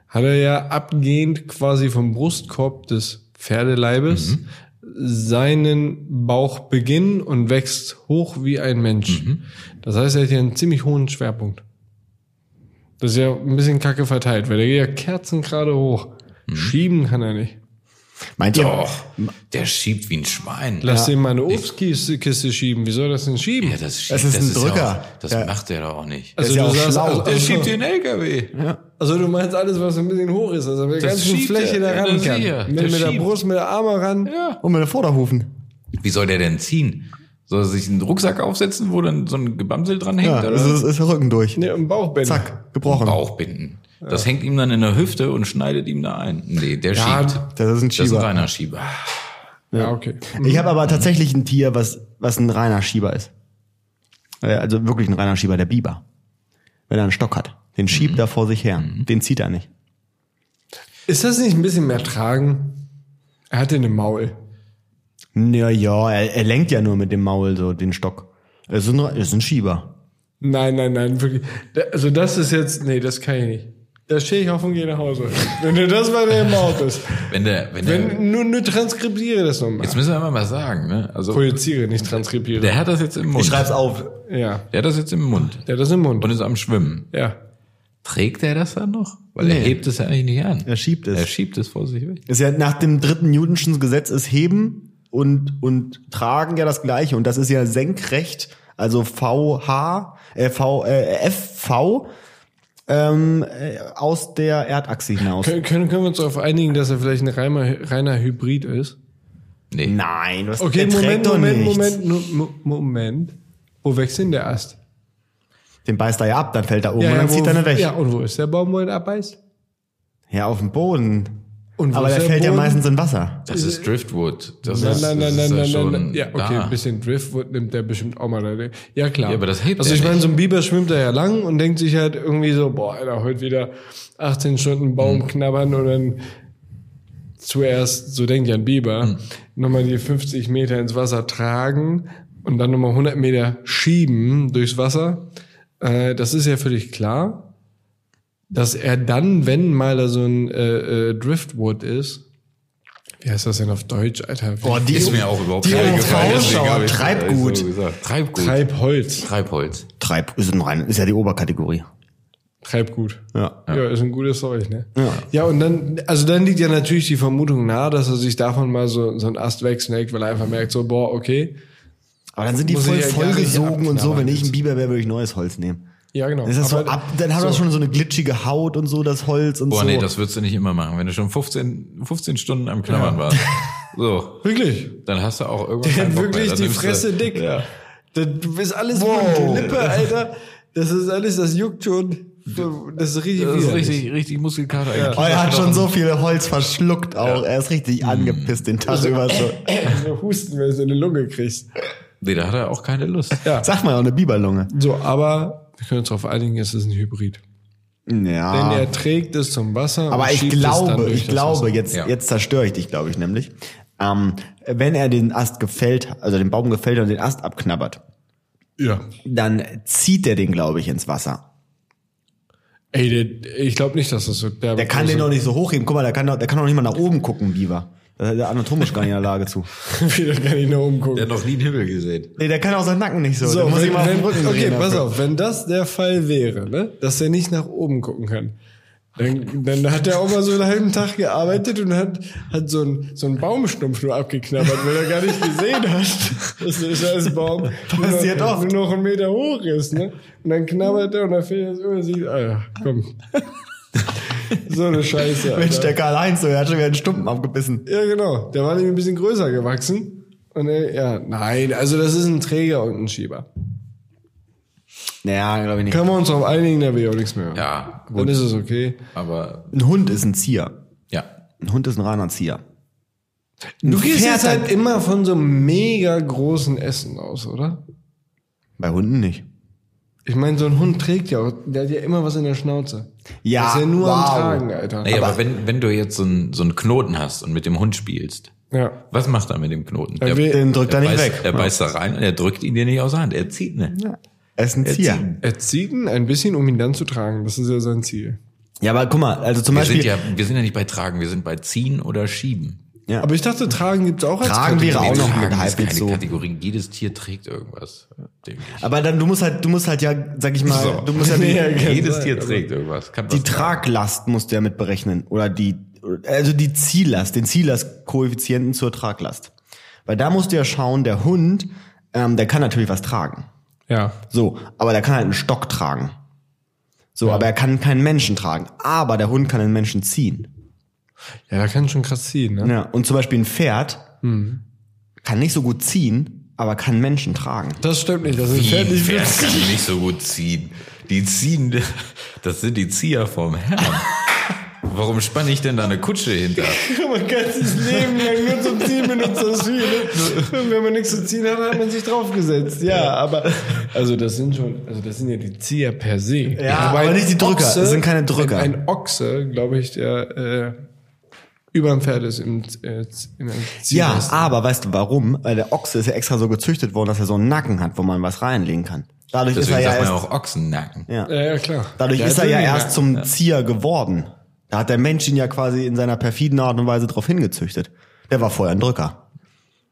Speaker 2: hat er ja abgehend quasi vom Brustkorb des Pferdeleibes seinen Bauchbeginn und wächst hoch wie ein Mensch.
Speaker 1: Mhm.
Speaker 2: Das heißt, er hat ja einen ziemlich hohen Schwerpunkt. Das ist ja ein bisschen kacke verteilt, weil der geht ja kerzengerade hoch.
Speaker 1: Mhm.
Speaker 2: Schieben kann er nicht.
Speaker 1: Meint ihr?
Speaker 3: Doch, der schiebt wie ein Schwein.
Speaker 2: Lass den mal eine Obstkiste Kiste schieben. Wie soll das denn schieben?
Speaker 3: Ja, das schiebt,
Speaker 1: Das ist
Speaker 3: das
Speaker 1: ein
Speaker 3: Ja
Speaker 1: Drücker.
Speaker 3: auch, das
Speaker 1: Ja.
Speaker 3: macht er doch auch nicht.
Speaker 1: ist ja auch schlau.
Speaker 2: also,
Speaker 1: Der
Speaker 3: der
Speaker 2: also,
Speaker 3: schiebt den LKW.
Speaker 2: Also du meinst alles, was ein bisschen hoch ist, also mit der
Speaker 3: Das
Speaker 2: ganzen
Speaker 3: schiebt
Speaker 2: Fläche
Speaker 3: er.
Speaker 2: da
Speaker 3: Ja,
Speaker 2: ran
Speaker 3: das
Speaker 2: kann.
Speaker 3: sehe ich.
Speaker 2: Mit,
Speaker 3: Der
Speaker 2: mit der
Speaker 3: schiebt.
Speaker 2: Brust, mit der Arme ran.
Speaker 1: Und mit den Oh, Vorderhufen.
Speaker 3: Wie soll der denn ziehen? Soll er sich einen Rucksack aufsetzen, wo dann so ein Gebamsel dran hängt?
Speaker 1: Ja,
Speaker 3: oder?
Speaker 1: es ist, ist der Rücken durch.
Speaker 2: Ne, im Bauchbänder.
Speaker 1: Zack, gebrochen.
Speaker 3: Bauch binden. Das hängt ihm dann in der Hüfte und schneidet ihm da ein. Nee, der
Speaker 2: Ja,
Speaker 3: schiebt.
Speaker 1: Das ist ein
Speaker 3: Das ist ein
Speaker 1: Schieber.
Speaker 3: reiner Schieber.
Speaker 2: Ja, okay.
Speaker 1: Ich habe aber tatsächlich ein Tier, was, was ein reiner Schieber ist. Äh, Also wirklich ein reiner Schieber, der Biber. Wenn er einen Stock hat. Den schiebt er vor sich her. Den zieht er nicht.
Speaker 2: Ist das nicht ein bisschen mehr tragen? Er hatte eine Maul.
Speaker 1: Naja, er, er lenkt ja nur mit dem Maul so den Stock. Es ist ein, es ist ein Schieber.
Speaker 2: Nein, nein, nein, wirklich. Da- Also das ist jetzt, nee, das kann ich nicht. Da stehe ich auf und gehe nach Hause. Wenn du das bei dir im Auto ist.
Speaker 3: Wenn der, wenn, der,
Speaker 2: Wenn, nur, nur transkribiere das nochmal.
Speaker 3: jetzt müssen wir mal was sagen, ne? Also,
Speaker 2: Projiziere, nicht transkribiere.
Speaker 3: der hat das jetzt im Mund.
Speaker 1: Ich schreib's auf.
Speaker 2: ja.
Speaker 3: Der hat das jetzt im Mund.
Speaker 2: Der hat das im Mund.
Speaker 3: Und ist am Schwimmen.
Speaker 2: ja.
Speaker 3: Trägt er das dann noch? Weil er
Speaker 2: Nee.
Speaker 3: hebt es ja eigentlich nicht an.
Speaker 1: Er schiebt es.
Speaker 3: Er schiebt es vor sich weg.
Speaker 1: Ist ja nach dem dritten Newtonschen Gesetz ist Heben und, und Tragen ja das gleiche. Und das ist ja senkrecht, also VH, äh, v, äh, FV ähm, äh, aus der Erdachse hinaus.
Speaker 2: Können, können, können wir uns darauf einigen, dass er vielleicht ein reiner, reiner Hybrid ist?
Speaker 3: Nee.
Speaker 1: Nein, was
Speaker 2: Okay,
Speaker 1: der trägt
Speaker 2: Moment,
Speaker 1: doch
Speaker 2: Moment,
Speaker 1: nichts.
Speaker 2: Moment, Moment, Mo- Moment. Wo wächst denn der Ast?
Speaker 1: Den beißt er ja ab, dann fällt er um und dann
Speaker 2: wo,
Speaker 1: zieht er ihn weg.
Speaker 2: Ja,
Speaker 1: Ja.
Speaker 2: und wo ist der Baum, wo er ihn abbeißt?
Speaker 1: auf dem Boden.
Speaker 2: Und wo
Speaker 1: Aber
Speaker 2: ist
Speaker 1: der
Speaker 2: der
Speaker 1: fällt ja
Speaker 2: Boden?
Speaker 1: meistens in Wasser.
Speaker 3: Das ist Driftwood. Das
Speaker 2: Nein,
Speaker 3: ist,
Speaker 2: nein, nein,
Speaker 3: das
Speaker 2: nein,
Speaker 3: ist
Speaker 2: nein,
Speaker 3: schon
Speaker 2: nein, nein. Ja, okay,
Speaker 3: da.
Speaker 2: ein bisschen Driftwood nimmt der bestimmt auch mal. Ne? Ja, klar.
Speaker 3: Ja, aber das hebt
Speaker 2: Also
Speaker 3: er
Speaker 2: ich meine,
Speaker 3: nicht.
Speaker 2: so ein Biber schwimmt da ja lang und denkt sich halt irgendwie so, boah, Alter, heute wieder 18 Stunden
Speaker 3: Hm.
Speaker 2: Baum knabbern und dann zuerst, so denkt ja ein Biber,
Speaker 3: Hm.
Speaker 2: nochmal die 50 Meter ins Wasser tragen und dann nochmal 100 Meter schieben durchs Wasser. Äh, das ist ja völlig klar, dass er dann, wenn mal da so ein äh, äh, Driftwood ist, wie heißt das denn auf Deutsch, Alter? Wie-
Speaker 1: Boah, die
Speaker 3: Ist mir auch überhaupt
Speaker 1: die
Speaker 3: keine
Speaker 1: OV
Speaker 3: gefallen, deswegen
Speaker 1: schaut
Speaker 3: hab ich- also
Speaker 1: Treibgut.
Speaker 3: so gesagt. Treibgut.
Speaker 2: Treibholz.
Speaker 3: Treibholz.
Speaker 1: Treib ist, ein rein, ist ja die Oberkategorie.
Speaker 2: Treibgut.
Speaker 1: Ja.
Speaker 2: Ja, ist ein gutes Zeug, ne? Ja. ja, und dann, also dann liegt ja natürlich die Vermutung nahe, dass er sich davon mal so, so einen Ast wegsnackt, weil er einfach merkt, so, boah, okay.
Speaker 1: Aber dann sind die
Speaker 2: Muss
Speaker 1: voll
Speaker 2: ich ja gar nicht
Speaker 1: vollgesogen und so. Wenn
Speaker 2: abknabbern
Speaker 1: ich ein
Speaker 2: jetzt.
Speaker 1: Biber wäre, würde ich neues Holz nehmen.
Speaker 2: Ja, genau.
Speaker 1: Das ist so
Speaker 2: Aber-
Speaker 1: ab, dann hat das schon so eine glitschige Haut und so, das Holz und
Speaker 3: Boah,
Speaker 1: so.
Speaker 3: Oh, nee, das würdest du nicht immer machen. Wenn du schon 15, 15 Stunden am Knabbern warst. So.
Speaker 2: Wirklich.
Speaker 3: Dann hast du auch irgendwann.
Speaker 2: Der hat
Speaker 3: keinen Bock mehr.
Speaker 2: wirklich
Speaker 3: Dann
Speaker 2: die
Speaker 3: nimmst du-
Speaker 2: Fresse dick.
Speaker 3: Ja.
Speaker 2: Das ist alles wow.
Speaker 1: Wow.
Speaker 2: wund. Die Lippe, Alter. Das ist alles, das juckt schon. Das ist richtig
Speaker 3: Das ist
Speaker 2: widerlich.
Speaker 3: richtig, richtig Muskelkater. eigentlich.
Speaker 1: Oh, er hat schon so viel Holz verschluckt auch. Er ist richtig
Speaker 3: Mhm.
Speaker 1: angepisst den Tag über so.
Speaker 2: So husten, wenn du so eine Lunge kriegst.
Speaker 3: Nee, da hat er auch keine Lust.
Speaker 2: Ja.
Speaker 1: Sag mal, auch eine Biberlunge.
Speaker 2: So, aber wir können uns darauf einigen, es ist ein Hybrid. Denn
Speaker 1: Ja.
Speaker 2: er trägt es zum Wasser. und
Speaker 1: Ah. Aber ich
Speaker 2: schiebt es dann
Speaker 1: glaube,
Speaker 2: durch
Speaker 1: ich
Speaker 2: das Wasser.
Speaker 1: glaube, jetzt,
Speaker 3: Ja.
Speaker 1: jetzt zerstöre ich dich, glaube ich, nämlich. Ähm, wenn er den Ast gefällt, also den Baum gefällt und den Ast abknabbert,
Speaker 2: Ja.
Speaker 1: dann zieht er den, glaube ich, ins Wasser.
Speaker 2: Ey, der, ich glaube nicht, dass das so.
Speaker 1: Der kann den
Speaker 2: so,
Speaker 1: doch nicht so hochheben. Guck mal, der kann doch, der kann doch nicht mal nach oben gucken, Biber. Da ist er anatomisch gar nicht in der Lage zu.
Speaker 2: wieder kann ich nur
Speaker 3: Der
Speaker 2: umgucken.
Speaker 3: hat noch nie einen Himmel gesehen.
Speaker 1: Nee, der kann auch seinen Nacken nicht so. der muss ich mal auf den Rücken
Speaker 2: okay,
Speaker 1: drehen also.
Speaker 2: pass
Speaker 1: dafür.
Speaker 2: auf, wenn das der Fall wäre, ne, dass er nicht nach oben gucken kann, dann, dann hat er auch mal so einen halben Tag gearbeitet und hat, hat so einen, so einen Baumstumpf nur abgeknabbert, weil er gar nicht gesehen hat, dass der scheiß Baum
Speaker 1: Passiert
Speaker 2: nur, noch-
Speaker 1: oft.
Speaker 2: nur noch einen Meter hoch ist. Ne? Und dann knabbert er und dann fällt er so und sieht, Alter, komm. so eine Scheiße.
Speaker 1: Mensch,
Speaker 2: Alter.
Speaker 1: der Karl-Heinz, so, der hat schon wieder einen Stumpen abgebissen.
Speaker 2: Ja, genau. Der war nämlich ein bisschen größer gewachsen. Und er, ja, nein, also das ist ein Träger und ein Schieber.
Speaker 1: Naja, glaube ich nicht.
Speaker 2: Können wir uns darauf einigen, da will ich auch nichts mehr. hören.
Speaker 3: Ja,
Speaker 2: Dann ist es okay.
Speaker 3: Aber
Speaker 1: Ein Hund ist ein Zieher.
Speaker 3: ja.
Speaker 1: Ein Hund ist ein reiner Zieher.
Speaker 2: Du gehst
Speaker 1: Pferd
Speaker 2: jetzt
Speaker 1: hat-
Speaker 2: halt immer von so einem mega großen Essen aus, oder?
Speaker 1: Bei Hunden nicht.
Speaker 2: Ich meine, so ein Hund trägt ja auch, der hat ja immer was in der Schnauze.
Speaker 1: Ja,
Speaker 2: Das ist ja nur am
Speaker 1: wow.
Speaker 2: Tragen, Alter.
Speaker 3: Nee, aber, wenn, wenn du jetzt so einen, so einen Knoten hast und mit dem Hund spielst,
Speaker 2: Ja.
Speaker 3: was macht er mit dem Knoten?
Speaker 2: Er
Speaker 3: Der,
Speaker 2: will-
Speaker 1: Den drückt er
Speaker 3: der
Speaker 1: nicht
Speaker 3: beißt,
Speaker 1: weg.
Speaker 3: Der beißt da rein und er drückt ihn dir nicht aus der Hand. Er zieht, ne?
Speaker 1: Er ist ein
Speaker 3: Er
Speaker 1: Zieher.
Speaker 3: zieht.
Speaker 2: Er zieht ihn ein bisschen, um ihn dann zu tragen. Das ist ja sein Ziel.
Speaker 1: Ja, aber guck mal, also zum
Speaker 3: Wir
Speaker 1: Beispiel,
Speaker 3: sind, ja, wir sind ja nicht bei Tragen, wir sind bei Ziehen oder Schieben.
Speaker 1: Ja.
Speaker 2: Aber ich dachte, tragen gibt's auch als
Speaker 1: Tragen
Speaker 2: Kategorie.
Speaker 1: wäre auch noch
Speaker 3: Tragen
Speaker 1: mit
Speaker 3: ist
Speaker 1: halbwegs
Speaker 3: keine
Speaker 1: so.
Speaker 3: Kategorie. Jedes Tier trägt irgendwas. denke ich.
Speaker 1: aber dann, du musst halt, du musst halt ja, sag ich mal,
Speaker 3: So. genau.
Speaker 1: du musst ja die,
Speaker 2: Ja, genau. kann
Speaker 3: Jedes
Speaker 2: sein,
Speaker 3: Tier
Speaker 2: aber-
Speaker 3: trägt irgendwas. Kann
Speaker 1: die
Speaker 3: was tragen.
Speaker 1: Traglast musst du ja mit berechnen. Oder die, also die Ziellast, den Ziellastkoeffizienten zur Traglast. Weil da musst du ja schauen, der Hund, ähm, der kann natürlich was tragen.
Speaker 2: Ja.
Speaker 1: So, aber der kann halt einen Stock tragen. So, aber er kann keinen Menschen tragen. Aber der Hund kann einen Menschen ziehen.
Speaker 2: Ja, da kann schon krass ziehen, ne?
Speaker 1: Ja, und zum Beispiel ein Pferd
Speaker 2: Hm.
Speaker 1: kann nicht so gut ziehen, aber kann Menschen tragen.
Speaker 2: Das stimmt nicht, das ist ein
Speaker 3: Die
Speaker 2: Pferd nicht
Speaker 3: Pferde
Speaker 2: wirklich.
Speaker 3: kann nicht so gut ziehen. Die ziehen, das sind die Zieher vom Herrn. Warum spanne ich denn da eine Kutsche hinter?
Speaker 2: Man kann das Leben lang nur zum Ziehen benutzt, das Ziel. Ne? Und wenn man nichts zu ziehen hat, hat man sich draufgesetzt. Ja, aber also das sind schon, also das sind ja die Zieher per se. Ja,
Speaker 1: aber nicht die Drücker, das sind keine Drücker.
Speaker 2: Ein, ein Ochse, glaube ich, der äh, über dem Pferd ist im, äh, in einem Ziel.
Speaker 1: Ja, aber weißt du warum? Weil der Ochse ist ja extra so gezüchtet worden, dass er so einen Nacken hat, wo man was reinlegen kann. Dadurch ist
Speaker 3: Deswegen
Speaker 1: er ja
Speaker 3: sagt man
Speaker 1: erst,
Speaker 3: ja auch Ochsennacken.
Speaker 1: ja.
Speaker 2: Ja, ja, klar.
Speaker 1: Dadurch
Speaker 2: Der
Speaker 1: ist
Speaker 2: hat
Speaker 1: er ja
Speaker 2: Willen,
Speaker 1: erst zum Zier geworden. Da hat der Mensch ihn ja quasi in seiner perfiden Art und Weise drauf hingezüchtet. Der war vorher ein Drücker.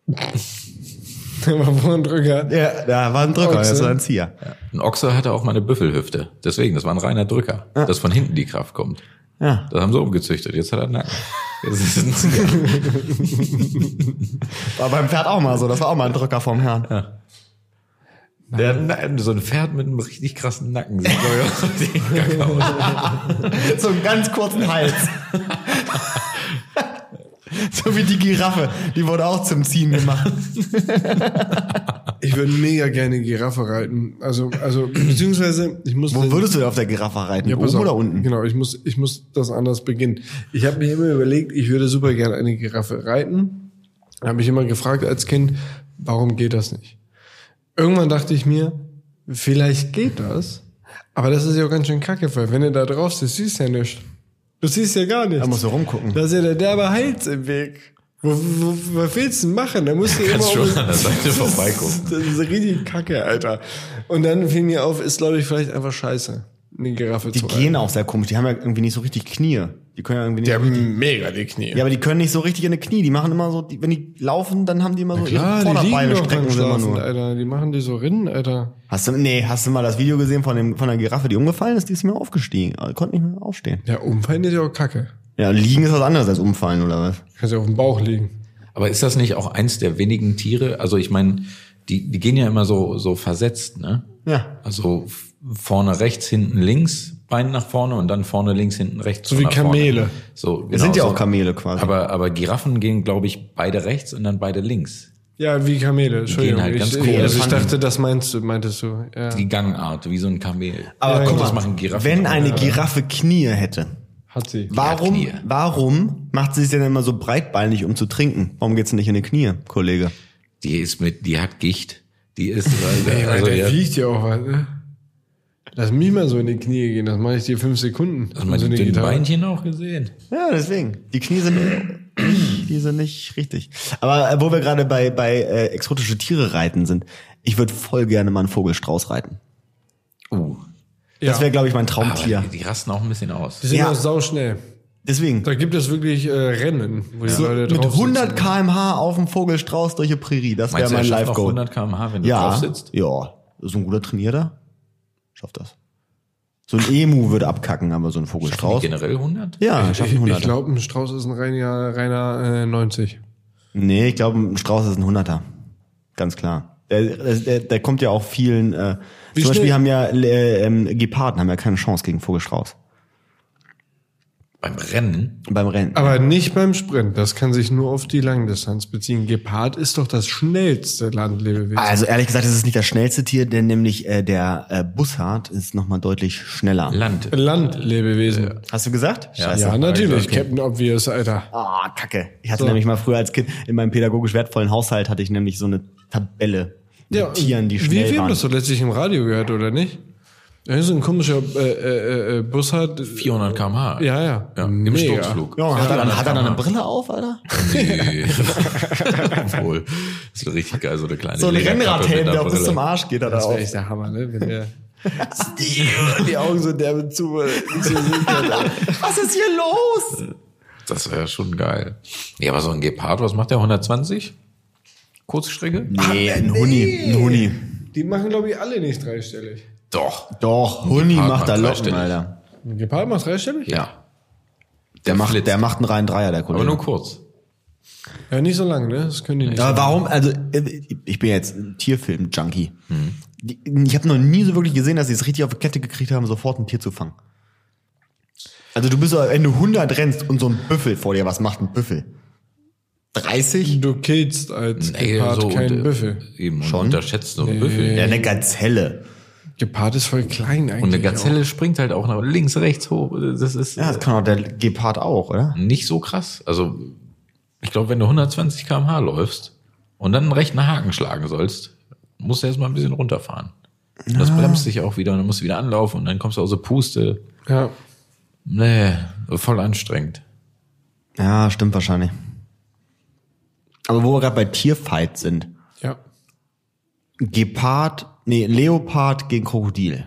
Speaker 2: Der war vorhin Drücker.
Speaker 1: Ja, der war ein Drücker,
Speaker 2: Ochse.
Speaker 1: jetzt war ein Zier.
Speaker 3: Ein Ochse hatte auch mal eine Büffelhüfte. Deswegen, das war ein reiner Drücker, dass von hinten die Kraft kommt.
Speaker 1: Ja.
Speaker 3: Das haben sie umgezüchtet. Jetzt hat er einen Nacken. Jetzt ist es ein Zier.
Speaker 1: War beim Pferd auch mal so, das war auch mal ein Drücker vom Herrn.
Speaker 3: Der, hat einen Nacken. so ein Pferd mit einem richtig krassen Nacken. Sieht, glaub ich, auch richtig kacke aus.
Speaker 1: So einen ganz kurzen Hals. so wie die Giraffe, die wurde auch zum Ziehen gemacht.
Speaker 2: Ich würde mega gerne Giraffe reiten. Also, also, beziehungsweise, ich muss.
Speaker 1: Wo würdest du denn auf der Giraffe reiten?
Speaker 2: pass
Speaker 1: Oben
Speaker 2: auf.
Speaker 1: oder unten?
Speaker 2: Genau, ich muss, ich muss das anders beginnen. Ich habe mir immer überlegt, ich würde super gerne eine Giraffe reiten. Habe mich immer gefragt als Kind, warum geht das nicht? Irgendwann dachte ich mir, vielleicht geht das, aber das ist ja auch ganz schön kacke, weil wenn du da drauf sitzt, siehst du ja nichts. Du siehst ja gar nichts.
Speaker 1: Da musst du rumgucken.
Speaker 2: Da ist ja der derbe Hals im Weg. Wo, wo, was willst du denn machen? Da musst du immer
Speaker 3: Kannst
Speaker 2: um-
Speaker 3: schon an der Seite vorbeigucken.
Speaker 2: Das ist richtig kacke, Alter. Und dann fiel mir auf, ist glaube ich vielleicht einfach scheiße, eine Giraffe
Speaker 1: Die
Speaker 2: zu reiten.
Speaker 1: gehen auch sehr komisch, die haben ja irgendwie nicht so richtig Knie. Die können ja irgendwie nicht.
Speaker 2: Die
Speaker 1: Ja,
Speaker 2: haben mega die Knie.
Speaker 1: aber die können nicht so richtig in die Knie. Die machen immer so, die, wenn die laufen, dann haben die immer so
Speaker 2: Klar, die liegen
Speaker 1: Vorderbeine
Speaker 2: doch beim
Speaker 1: strecken sie immer
Speaker 2: Schlafen,
Speaker 1: nur.
Speaker 2: Alter. Die machen die so rinnen, Alter.
Speaker 1: Hast du, nee, hast du mal das Video gesehen von, dem, von der Giraffe, die umgefallen ist? Die ist mir aufgestiegen, äh, konnte nicht mehr aufstehen.
Speaker 2: Ja, umfallen ist ja auch kacke.
Speaker 1: Ja, liegen ist was anderes als umfallen, oder was?
Speaker 2: Kannst ja auf dem Bauch liegen.
Speaker 3: Aber ist das nicht auch eins der wenigen Tiere? Also ich meine, die, die gehen ja immer so, so versetzt, ne?
Speaker 1: Ja.
Speaker 3: Also f- vorne rechts, hinten links, Bein nach vorne und dann vorne links, hinten rechts.
Speaker 2: So
Speaker 3: von
Speaker 2: wie
Speaker 3: nach vorne.
Speaker 2: Kamele.
Speaker 3: So, genau,
Speaker 1: Es sind ja
Speaker 3: so.
Speaker 1: auch Kamele quasi.
Speaker 3: Aber, aber Giraffen gehen, glaube ich, beide rechts und dann beide links.
Speaker 2: Ja, wie Kamele. Entschuldigung.
Speaker 3: halt ganz
Speaker 2: ich,
Speaker 3: komisch.
Speaker 2: also ich
Speaker 1: Elefanten.
Speaker 2: dachte, das meinst du, meintest du. Ja.
Speaker 3: Die Gangart, wie so ein Kamel.
Speaker 1: Aber guck
Speaker 3: das
Speaker 1: mal,
Speaker 3: machen Giraffen
Speaker 1: wenn
Speaker 3: auch. ne?
Speaker 1: eine Giraffe Knie hätte,
Speaker 2: Hat sie.
Speaker 1: warum,
Speaker 3: Knie.
Speaker 1: warum macht sie sich denn immer so breitbeinig, um zu trinken? Warum geht's denn nicht in die Knie, Kollege?
Speaker 3: Die ist mit, die hat Gicht. Die ist,
Speaker 2: Ey,
Speaker 3: also,
Speaker 2: weil
Speaker 3: also,
Speaker 2: der
Speaker 3: ja,
Speaker 2: wiegt ja auch was, ne? Lass mich mal so in die Knie gehen, das mache ich dir fünf Sekunden.
Speaker 3: hast du mal
Speaker 2: so
Speaker 3: die
Speaker 2: eine
Speaker 3: dünnen
Speaker 2: Gitarre.
Speaker 3: Beinchen auch gesehen?
Speaker 1: Ja, deswegen. Die Knie sind, die sind nicht richtig. Aber äh, wo wir gerade bei, bei äh, exotische Tiere reiten sind, ich würde voll gerne mal einen Vogelstrauß reiten.
Speaker 3: Uh.
Speaker 1: Das wäre, glaube ich, mein Traumtier.
Speaker 3: Aber Ah, die, die rasten auch ein bisschen aus.
Speaker 2: Die sind
Speaker 1: Ja.
Speaker 2: auch sauschnell.
Speaker 1: Deswegen.
Speaker 2: Da gibt es wirklich äh, Rennen, wo die Leute
Speaker 1: Also Mit
Speaker 2: drauf
Speaker 1: 100 km/h auf dem Vogelstrauß durch die Prärie. Das wäre
Speaker 3: Meinst du,
Speaker 1: mein
Speaker 3: er schafft
Speaker 1: Life
Speaker 3: noch
Speaker 1: Goal.
Speaker 3: 100 km/h, wenn du
Speaker 1: Ja,
Speaker 3: drauf sitzt?
Speaker 1: ja. So ein guter Trainierter schafft das. So ein Emu würde abkacken, aber so ein Vogelstrauß.
Speaker 3: Generell 100?
Speaker 1: Ja, schafft ein
Speaker 2: sitzen. Ich
Speaker 1: 100er.
Speaker 2: glaube, ein Strauß ist ein reiner, reiner äh, 90.
Speaker 1: Nee, ich glaube, ein Strauß ist ein Hunderter. Ganz klar. Der, der, der kommt ja auch vielen. Äh,
Speaker 2: Wie
Speaker 1: zum Beispiel
Speaker 2: schnell-
Speaker 1: haben ja äh, ähm, Geparden haben ja keine Chance gegen Vogelstrauß
Speaker 3: Beim Rennen?
Speaker 1: beim Rennen.
Speaker 2: Aber nicht beim Sprint. Das kann sich nur auf die Langdistanz beziehen. Gepard ist doch das schnellste Landlebewesen.
Speaker 1: also ehrlich gesagt, das ist nicht das schnellste Tier, denn nämlich äh, der äh, Bussard ist nochmal deutlich schneller.
Speaker 3: Land.
Speaker 2: Landlebewesen.
Speaker 1: Hast du gesagt? Ja, also,
Speaker 2: Ja, natürlich. Captain Obvious, Alter.
Speaker 1: Ah, Kacke. Ich hatte nämlich mal früher als Kind in meinem pädagogisch wertvollen Haushalt hatte ich nämlich so eine Tabelle mit Tieren, die
Speaker 2: wie
Speaker 1: schnell
Speaker 2: wir haben
Speaker 1: waren.
Speaker 2: das doch letztlich im Radio gehört, oder nicht? Da ist so ein komischer äh, äh, äh, Bus hat.
Speaker 3: 400 km/h.
Speaker 2: Ja, ja.
Speaker 3: ja Im
Speaker 2: Mega.
Speaker 3: Sturzflug.
Speaker 1: ja, hat, er dann,
Speaker 3: 400
Speaker 1: hat er dann eine
Speaker 3: km/h.
Speaker 1: Brille auf, Alter?
Speaker 3: Nee. Obwohl. Das ist richtig geil, so eine kleine
Speaker 1: So ein
Speaker 3: Lederkappe
Speaker 1: Rennradhelm,
Speaker 3: mit einer
Speaker 1: der bis
Speaker 3: Brille.
Speaker 1: zum Arsch geht, hat er
Speaker 2: Das
Speaker 1: auf.
Speaker 2: wäre echt der Hammer, ne? Wenn der
Speaker 1: die Augen so derbe zu. Was ist hier los?
Speaker 3: Das wäre schon geil. Ja, aber so ein Gepard, was macht der? 120? Kurzstrecke?
Speaker 1: Nee, ein Huni, ein Huni.
Speaker 2: Die machen, glaube ich, alle nicht dreistellig.
Speaker 3: Doch.
Speaker 1: Doch, Huni
Speaker 3: Gepard
Speaker 1: macht da Locken,
Speaker 3: macht dreistellig.
Speaker 1: Alter.
Speaker 2: Ein Gepard macht dreistellig?
Speaker 3: Ja.
Speaker 1: Der macht,
Speaker 3: flitzt.
Speaker 1: der macht einen reinen Dreier, der
Speaker 3: Aber
Speaker 1: Kollege.
Speaker 3: nur kurz.
Speaker 2: Ja, nicht so lange, ne? Das können die nicht.
Speaker 1: Aber warum? Also äh, ich bin jetzt ein Tierfilm-Junkie. Die- Ich habe noch nie so wirklich gesehen, dass sie es richtig auf die Kette gekriegt haben, sofort ein Tier zu fangen. Also du bist, so, wenn du 100 rennst und so ein Büffel vor dir, was macht ein Büffel? 30?
Speaker 2: Du killst als
Speaker 3: Ey,
Speaker 2: Gepard
Speaker 3: so
Speaker 2: keinen
Speaker 3: und, äh,
Speaker 2: Büffel.
Speaker 3: Eben,
Speaker 1: Schon?
Speaker 3: Schon? unterschätzt so einen Büffel.
Speaker 1: Ja, eine Gazelle.
Speaker 2: Gepard ist voll klein eigentlich.
Speaker 3: Und eine
Speaker 2: auch.
Speaker 3: Gazelle springt halt auch nach links, rechts hoch. Das ist
Speaker 1: Ja, das kann auch der Gepard auch, oder?
Speaker 3: nicht so krass. Also, ich glaube, wenn du 120 km/h läufst und dann einen rechten Haken schlagen sollst, musst du erstmal ein bisschen runterfahren. Und
Speaker 1: Ah.
Speaker 3: das bremst dich auch wieder und dann musst du wieder anlaufen und dann kommst du aus der Puste.
Speaker 2: Ja.
Speaker 3: Nee, voll anstrengend.
Speaker 1: Ja, stimmt wahrscheinlich. Aber wo wir gerade bei Tierfight sind.
Speaker 2: Ja.
Speaker 1: Gepard nee, Leopard gegen Krokodil.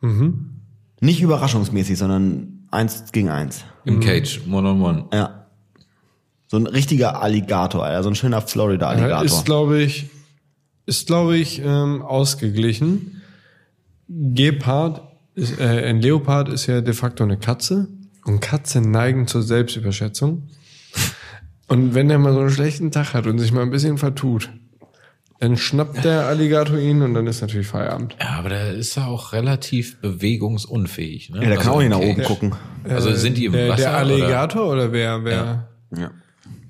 Speaker 2: Mhm.
Speaker 1: Nicht überraschungsmäßig, sondern eins gegen eins.
Speaker 3: Im Cage, one on one.
Speaker 1: Ja. So ein richtiger Alligator, Alter. So ein schöner
Speaker 2: Ja,
Speaker 1: Florida-Alligator.
Speaker 2: ist, glaube ich, ist, glaube ich, ähm, ausgeglichen. Gepard, ist, äh, ein Leopard ist ja de facto eine Katze. Und Katzen neigen zur Selbstüberschätzung. Und wenn der mal so einen schlechten Tag hat und sich mal ein bisschen vertut, dann schnappt der Alligator ihn und dann ist natürlich Feierabend.
Speaker 3: Ja, aber der ist ja auch relativ bewegungsunfähig. Ne?
Speaker 1: ja, der kann auch nicht nach
Speaker 3: im
Speaker 1: oben
Speaker 3: Cage.
Speaker 1: gucken.
Speaker 3: Also sind die im
Speaker 2: Äh, Der,
Speaker 3: Wasser?
Speaker 2: der
Speaker 3: oder?
Speaker 2: Alligator oder, wer, wer?
Speaker 1: Ja.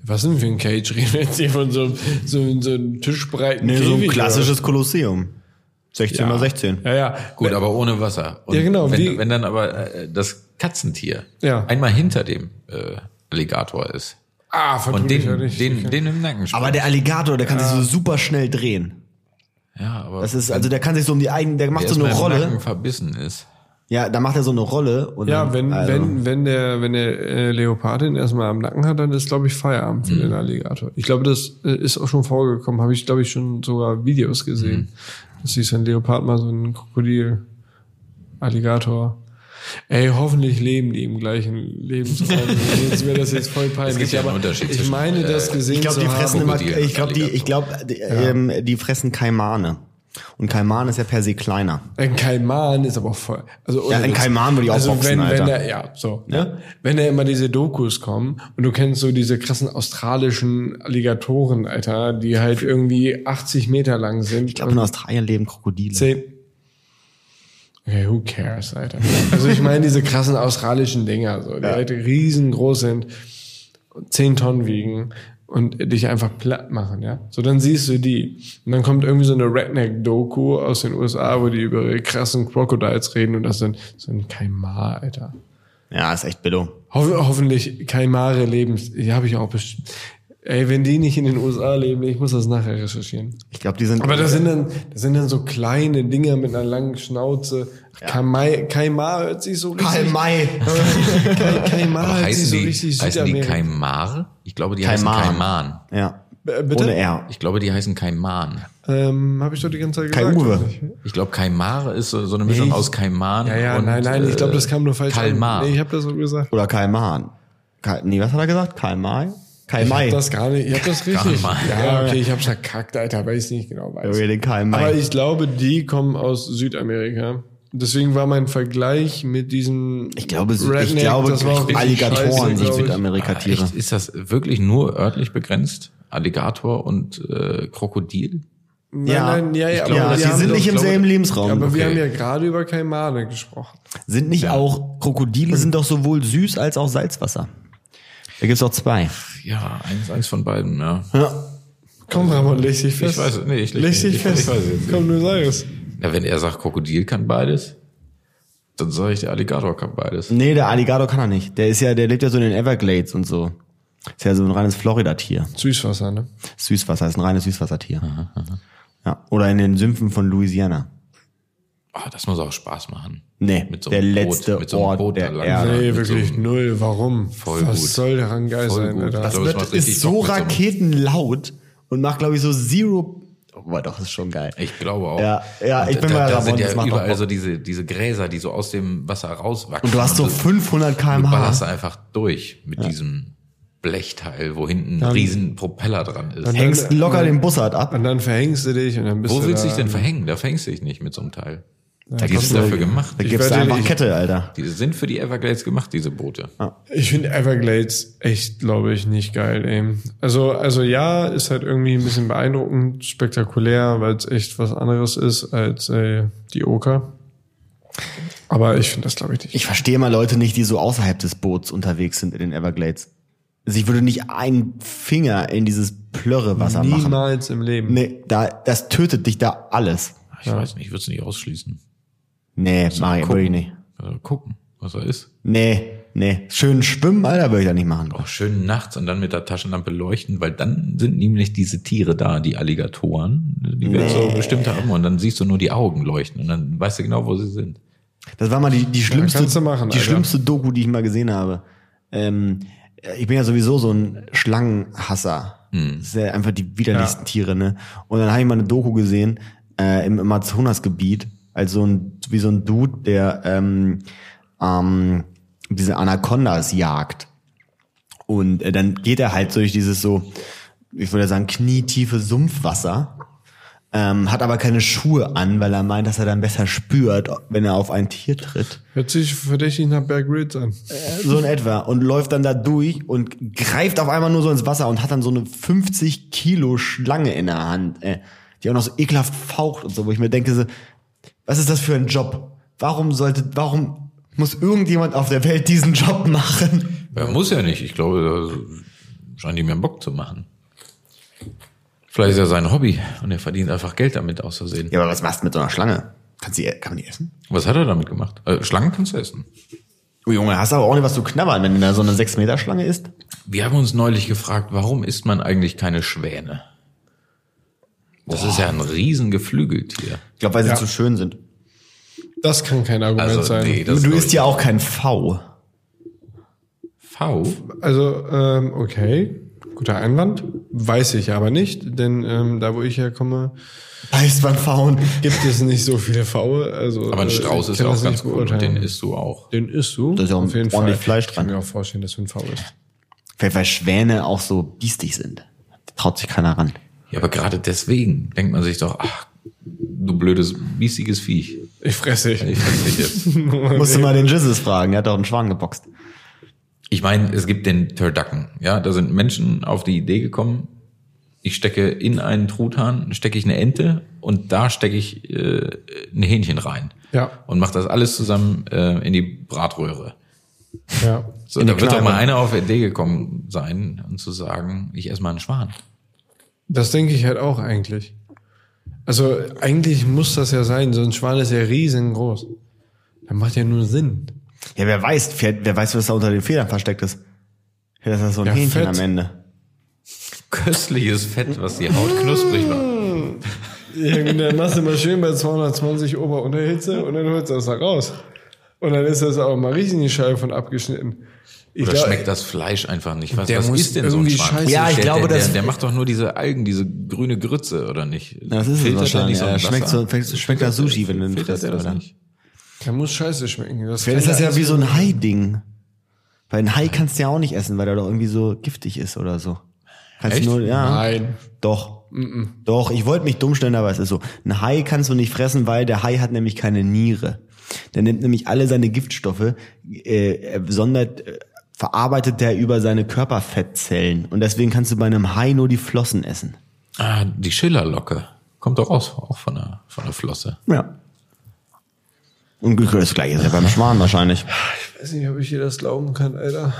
Speaker 2: Was denn für ein Cage? Reden wir jetzt hier von so, so, so einem tischbreiten
Speaker 1: Nee, so
Speaker 2: Käfig
Speaker 1: ein
Speaker 2: oder
Speaker 1: klassisches Kolosseum. 16 mal
Speaker 2: was?
Speaker 1: 16.
Speaker 2: Ja, ja.
Speaker 3: Gut, aber ohne Wasser. Und
Speaker 2: Ja, genau,
Speaker 3: Wenn,
Speaker 2: wie-
Speaker 3: wenn dann aber äh, das Katzentier
Speaker 2: Ja.
Speaker 3: einmal hinter dem äh, Alligator ist
Speaker 2: Ah, verdammt.
Speaker 3: und den, den, den im Nacken
Speaker 1: Aber der Alligator, der kann sich so super schnell drehen.
Speaker 3: ja, aber
Speaker 1: Das ist, also der kann sich so um die eigenen, der macht
Speaker 3: der
Speaker 1: so eine
Speaker 3: erstmal im Nacken
Speaker 1: Rolle.
Speaker 3: verbissen ist.
Speaker 1: Ja, da macht er so eine Rolle. Und
Speaker 2: ja,
Speaker 1: dann-
Speaker 2: wenn,
Speaker 1: also,
Speaker 2: wenn, wenn der, wenn der äh, Leopardin erstmal am Nacken hat, dann ist, glaube ich, Feierabend für
Speaker 3: Mhm.
Speaker 2: den Alligator. Ich glaube, das äh, ist auch schon vorgekommen. Habe ich, glaube ich, schon sogar Videos gesehen.
Speaker 3: Mhm.
Speaker 2: Das ist ein Leopard mal so ein Krokodil, Alligator. Ey, hoffentlich leben die im gleichen Lebensraum. Sonst wäre das jetzt voll peinlich.
Speaker 3: gibt ja einen
Speaker 2: aber
Speaker 3: Unterschied
Speaker 2: Ich
Speaker 3: zwischen,
Speaker 2: meine,
Speaker 3: äh,
Speaker 2: das gesehen
Speaker 1: ich glaube,
Speaker 2: zu
Speaker 1: die
Speaker 2: haben.
Speaker 1: fressen immer,
Speaker 3: Krokodil,
Speaker 1: ich glaube, die,
Speaker 3: Alligator.
Speaker 1: ich glaube, die, ähm, die fressen Kaimane. Und Kaimane ist ja per se kleiner.
Speaker 2: Ein Kaiman ist aber auch voll. Also ohne
Speaker 1: Ja, ein
Speaker 2: Witz.
Speaker 1: Kaiman würde ich auch boxen,
Speaker 2: wenn,
Speaker 1: Alter.
Speaker 2: Wenn der, ja, so. Ne? Wenn da immer diese Dokus kommen und du kennst so diese krassen australischen Alligatoren, Alter, die halt irgendwie 80 Meter lang sind.
Speaker 1: Ich glaube, in Australien leben Krokodile.
Speaker 2: Zehn. Okay, who cares, Alter. Also ich meine diese krassen australischen Dinger, so, die halt riesengroß sind, und 10 Tonnen wiegen und dich einfach platt machen, ja. So, dann siehst du die. Und dann kommt irgendwie so eine Redneck-Doku aus den USA, wo die über ihre krassen Crocodiles reden und das sind so ein Kaimar, Alter.
Speaker 1: Ja, ist echt billig.
Speaker 2: Ho hoffentlich Kaimare leben. Die habe ich auch bestimmt. Ey, wenn die nicht in den USA leben, ich muss das nachher recherchieren.
Speaker 1: Ich glaube, die sind.
Speaker 2: Aber das sind dann, das sind dann so kleine Dinger mit einer langen Schnauze. Kaimai, Kaimar hört sich so richtig.
Speaker 1: Kalmai.
Speaker 2: Kai- Kaimar hört sich
Speaker 3: Heißen
Speaker 2: Ah, so
Speaker 3: die,
Speaker 2: richtig
Speaker 3: heißen die
Speaker 2: Südamerika.
Speaker 3: Kaimar? Ich glaube, die
Speaker 1: Kaiman.
Speaker 3: heißen Kaiman.
Speaker 1: Ja.
Speaker 2: Äh, bitte?
Speaker 1: Ohne R.
Speaker 3: Ich glaube, die heißen Kaiman.
Speaker 2: Ähm, Habe ich doch die ganze Zeit
Speaker 1: Kai
Speaker 2: gesagt.
Speaker 1: Uwe.
Speaker 2: oder nicht?
Speaker 3: Ich glaube, Kaimare ist so, so eine Mischung
Speaker 2: Nee.
Speaker 3: aus Kaiman
Speaker 2: Ja, ja,
Speaker 3: und äh,
Speaker 2: nein, nein, ich
Speaker 1: äh,
Speaker 2: glaube, das kam nur falsch. an.
Speaker 3: Kalmar.
Speaker 2: Nee, ich habe das so gesagt.
Speaker 1: Oder Kaiman. Ka nee, was hat er gesagt? Kalmai?
Speaker 2: Ich hab
Speaker 1: Kalmai.
Speaker 2: das gar nicht. Ich habe das richtig.
Speaker 3: Kaimar.
Speaker 2: Ja, okay, ich habe verkackt, Alter, weil ich es nicht genau weiß.
Speaker 1: Irgendwie den Kalmai.
Speaker 2: Aber ich glaube, die kommen aus Südamerika. Deswegen war mein Vergleich mit diesem
Speaker 1: Ich glaube, Sü- ich
Speaker 2: Redneck,
Speaker 1: glaube,
Speaker 2: das war auch richtig
Speaker 1: Alligatoren
Speaker 2: scheiße,
Speaker 1: sind
Speaker 2: glaub ich.
Speaker 1: Südamerika-Tiere.
Speaker 3: Ah, Echt, ist das wirklich nur örtlich begrenzt? Alligator und äh, Krokodil?
Speaker 2: Nein,
Speaker 1: Ja.
Speaker 2: nein, ja, ja,
Speaker 1: Ich
Speaker 2: aber
Speaker 1: glaube,
Speaker 2: wir
Speaker 1: sie
Speaker 2: haben
Speaker 1: sind
Speaker 2: doch-
Speaker 1: nicht im
Speaker 2: glaube-
Speaker 1: selben Lebensraum.
Speaker 2: Aber wir
Speaker 3: Okay.
Speaker 2: haben ja gerade über Kaimane gesprochen.
Speaker 1: Sind nicht auch, Krokodile sind doch sowohl süß als auch Salzwasser. Da gibt's auch zwei.
Speaker 3: Ja, eins, eins von beiden, ja.
Speaker 2: Komm, Ramon, leg dich fest.
Speaker 3: weiß- nee, ich leg
Speaker 2: leg
Speaker 3: mich
Speaker 2: dich
Speaker 3: nicht.
Speaker 2: fest.
Speaker 3: Ich weiß es nicht.
Speaker 2: Komm, du sag es.
Speaker 3: Na, wenn er sagt, Krokodil kann beides, dann sage ich, der Alligator kann beides.
Speaker 1: Nee, der Alligator kann er nicht. Der ist ja, der lebt ja so in den Everglades und so. Ist ja so ein reines Florida-Tier.
Speaker 2: Süßwasser, ne?
Speaker 1: Süßwasser, ist ein reines Süßwassertier. Ja. Oder in den Sümpfen von Louisiana.
Speaker 3: Ah, das muss auch Spaß machen.
Speaker 1: Nee,
Speaker 3: Mit so
Speaker 1: der
Speaker 3: einem Boot,
Speaker 1: letzte
Speaker 3: mit so einem
Speaker 1: Ort
Speaker 3: Boot
Speaker 1: der
Speaker 3: da lang.
Speaker 1: Erde.
Speaker 2: Nee,
Speaker 3: mit
Speaker 2: wirklich
Speaker 3: so einem-
Speaker 2: null. Warum?
Speaker 3: Voll
Speaker 2: Was
Speaker 3: gut.
Speaker 2: soll daran geil
Speaker 3: Voll
Speaker 2: sein,
Speaker 3: gut. Also-
Speaker 2: Alter?
Speaker 3: Das glaube, es macht richtig
Speaker 1: ist so
Speaker 3: Bock mit so einem-
Speaker 1: raketenlaut und macht, glaube ich, so zero. Oh, war doch, ist schon geil.
Speaker 3: Ich glaube auch.
Speaker 1: Ja, ja,
Speaker 3: Und
Speaker 1: ich bin
Speaker 3: da,
Speaker 1: bei
Speaker 3: da
Speaker 1: Ramon,
Speaker 3: sind
Speaker 1: das
Speaker 3: ja
Speaker 1: macht doch
Speaker 3: überall
Speaker 1: Bock.
Speaker 3: so diese, diese Gräser, die so aus dem Wasser rauswachsen.
Speaker 1: Und du hast so
Speaker 3: das-
Speaker 1: 500
Speaker 3: Du
Speaker 1: km/h.
Speaker 3: ballerst einfach durch mit diesem Blechteil, wo hinten ein riesen Propeller dran ist.
Speaker 2: Dann-
Speaker 1: Hängst locker den Bussard ab.
Speaker 2: Und dann verhängst du dich und dann bist
Speaker 3: wo
Speaker 2: du
Speaker 3: willst du
Speaker 2: da-
Speaker 3: dich denn verhängen? Da fängst du dich nicht mit so einem Teil. die
Speaker 1: kommst
Speaker 3: sind
Speaker 1: du-
Speaker 3: dafür gemacht.
Speaker 1: Da gibst du
Speaker 2: werde
Speaker 1: einfach
Speaker 2: nicht-
Speaker 1: Kette, Alter.
Speaker 3: Die sind für die Everglades gemacht, diese Boote.
Speaker 2: Ich finde Everglades echt, glaube ich, nicht geil, ey. Also, also ja, ist halt irgendwie ein bisschen beeindruckend, spektakulär, weil es echt was anderes ist als äh, die Oker. Aber ich finde das, glaube ich, nicht.
Speaker 1: Ich verstehe mal Leute nicht, die so außerhalb des Boots unterwegs sind in den Everglades. Also ich würde nicht einen Finger in dieses Plörrewasser machen.
Speaker 2: Niemals im Leben.
Speaker 1: Nee, da, das tötet dich da alles.
Speaker 3: Ich weiß nicht, ich würde es nicht ausschließen.
Speaker 1: Nee, mach ich, würde ich nicht.
Speaker 3: Also gucken, was er ist.
Speaker 1: Nee, nee. Schön schwimmen, Alter, würde ich da nicht machen.
Speaker 3: Auch schön nachts und dann mit der Taschenlampe leuchten, weil dann sind nämlich diese Tiere da, die Alligatoren, die wir so bestimmt haben. Und dann siehst du nur die Augen leuchten und dann weißt du genau, wo sie sind.
Speaker 1: Das war mal die, die schlimmste,
Speaker 2: kannst du machen,
Speaker 1: die
Speaker 2: Alter.
Speaker 1: schlimmste Doku, die ich mal gesehen habe. Ähm, ich bin ja sowieso so ein Schlangenhasser. Das sind ja einfach die widerlichsten Tiere, ne? Und dann habe ich mal eine Doku gesehen, äh, im Amazonasgebiet als so ein, wie so ein Dude, der ähm, ähm, diese Anacondas jagt. Und äh, dann geht er halt durch dieses so, ich würde sagen, knietiefe Sumpfwasser. Ähm, hat aber keine Schuhe an, weil er meint, dass er dann besser spürt, wenn er auf ein Tier tritt.
Speaker 2: Hört sich verdächtig nach Bear Grylls an.
Speaker 1: Äh, So in etwa. Und läuft dann da durch und greift auf einmal nur so ins Wasser und hat dann so eine 50 Kilo Schlange in der Hand, äh, die auch noch so ekelhaft faucht und so, wo ich mir denke, so, was ist das für ein Job? Warum sollte, warum muss irgendjemand auf der Welt diesen Job machen?
Speaker 3: Ja, muss ja nicht. Ich glaube, da scheint ihm ja Bock zu machen. Vielleicht ist ja sein Hobby und er verdient einfach Geld damit aus Versehen.
Speaker 1: Ja, aber was machst du mit so einer Schlange? Kann, sie, kann man die essen?
Speaker 3: Was hat er damit gemacht? Äh, Schlangen kannst du essen.
Speaker 1: Oh Junge, hast aber auch nicht was zu knabbern, wenn da so eine 6-Meter-Schlange ist.
Speaker 3: Wir haben uns neulich gefragt, warum isst man eigentlich keine Schwäne? Das ist ja ein riesen Geflügeltier.
Speaker 1: Ich glaube, weil sie
Speaker 2: Ja.
Speaker 1: zu schön sind.
Speaker 2: Das kann kein Argument
Speaker 3: Also,
Speaker 2: sein.
Speaker 3: nee, das
Speaker 1: Du
Speaker 3: glaub
Speaker 1: isst
Speaker 3: ich
Speaker 1: ja auch kein V.
Speaker 3: V.
Speaker 2: Also, ähm, okay, guter Einwand. Weiß ich aber nicht, denn ähm, da, wo ich herkomme,
Speaker 1: Weißt man Faun.
Speaker 2: gibt es nicht so viele Faue. Also,
Speaker 3: Aber ein
Speaker 2: äh,
Speaker 3: Strauß
Speaker 2: ich
Speaker 3: ist
Speaker 2: kann
Speaker 3: ja auch
Speaker 2: das nicht
Speaker 3: ganz gut und
Speaker 2: beurteilen.
Speaker 3: den isst du auch.
Speaker 2: Den isst du.
Speaker 1: Da ist ja auch ordentlich Fleisch
Speaker 2: Ich kann
Speaker 1: dran.
Speaker 2: mir auch vorstellen, dass du ein Faul ist.
Speaker 1: Vielleicht weil Schwäne auch so biestig sind. Da traut sich keiner ran.
Speaker 3: Ja, aber gerade deswegen denkt man sich doch, ach, du blödes, biestiges Viech.
Speaker 2: Ich fresse dich.
Speaker 3: Ich weiß nicht jetzt.
Speaker 1: Musst du mal den Jizzes fragen, der hat doch einen Schwan geboxt.
Speaker 3: Ich meine, es gibt den Turducken. Ja, da sind Menschen auf die Idee gekommen. Ich stecke in einen Truthahn, stecke ich eine Ente und da stecke ich äh, ein Hähnchen rein.
Speaker 2: Ja.
Speaker 3: Und mache das alles zusammen äh, in die Bratröhre.
Speaker 2: Ja.
Speaker 3: So,
Speaker 1: In die
Speaker 3: da wird doch
Speaker 1: Kneipe.
Speaker 3: mal einer auf die Idee gekommen sein und zu sagen, ich esse mal einen Schwan.
Speaker 2: Das denke ich halt auch eigentlich. Also eigentlich muss das ja sein, so ein Schwan ist ja riesengroß. Das macht ja nur Sinn.
Speaker 1: Ja, wer weiß, vielleicht- wer weiß, was da unter den Federn versteckt ist. Ja, das ist so ein
Speaker 2: Ja,
Speaker 1: Hähnchen
Speaker 2: fett.
Speaker 1: am Ende.
Speaker 3: Köstliches Fett, was die Haut knusprig macht.
Speaker 2: Dann machst du mal schön bei 220 Ober-Unterhitze und dann holst du das da raus. Und dann ist das auch mal richtig scharf und abgeschnitten. Ich
Speaker 3: Oder
Speaker 2: glaub-
Speaker 3: schmeckt das Fleisch einfach nicht? Was,
Speaker 2: Der
Speaker 3: was
Speaker 2: muss
Speaker 3: ist denn so ein
Speaker 2: irgendwie
Speaker 3: Schwan?
Speaker 2: scheiße
Speaker 1: Ja, ich
Speaker 3: der,
Speaker 1: glaube,
Speaker 3: der,
Speaker 1: das-
Speaker 3: der, der macht doch nur diese Algen, diese grüne Grütze, oder nicht?
Speaker 1: Ja, das ist es
Speaker 3: Filtert der
Speaker 1: wahrscheinlich.
Speaker 3: nicht so
Speaker 1: ja,
Speaker 3: ein
Speaker 1: schmeckt,
Speaker 3: Wasser?
Speaker 1: so, schmeckt, schmeckt nach Sushi, wenn du ihn
Speaker 3: Filtert
Speaker 1: frisst,
Speaker 3: der das
Speaker 1: oder?
Speaker 3: nicht?
Speaker 2: Der muss scheiße schmecken. Das
Speaker 1: Vielleicht ist
Speaker 2: kann
Speaker 1: das ja
Speaker 2: alles-
Speaker 1: wie so ein Hai-Ding. Weil ein Hai kannst du ja auch nicht essen, weil der doch irgendwie so giftig ist oder so. Kannst
Speaker 3: Echt?
Speaker 1: du nur, ja.
Speaker 2: Nein.
Speaker 1: Doch. Doch, ich wollte mich dumm stellen, aber es ist so. Ein Hai kannst du nicht fressen, weil der Hai hat nämlich keine Niere. Der nimmt nämlich alle seine Giftstoffe, äh, er sondert, äh, verarbeitet der über seine Körperfettzellen. Und deswegen kannst du bei einem Hai nur die Flossen essen.
Speaker 3: Ah, die Schillerlocke. Kommt doch aus, auch von der, von der Flosse.
Speaker 1: Ja. Und das gleiche ist ja beim Schwan wahrscheinlich.
Speaker 2: Ich weiß nicht, ob ich dir das glauben kann, Alter.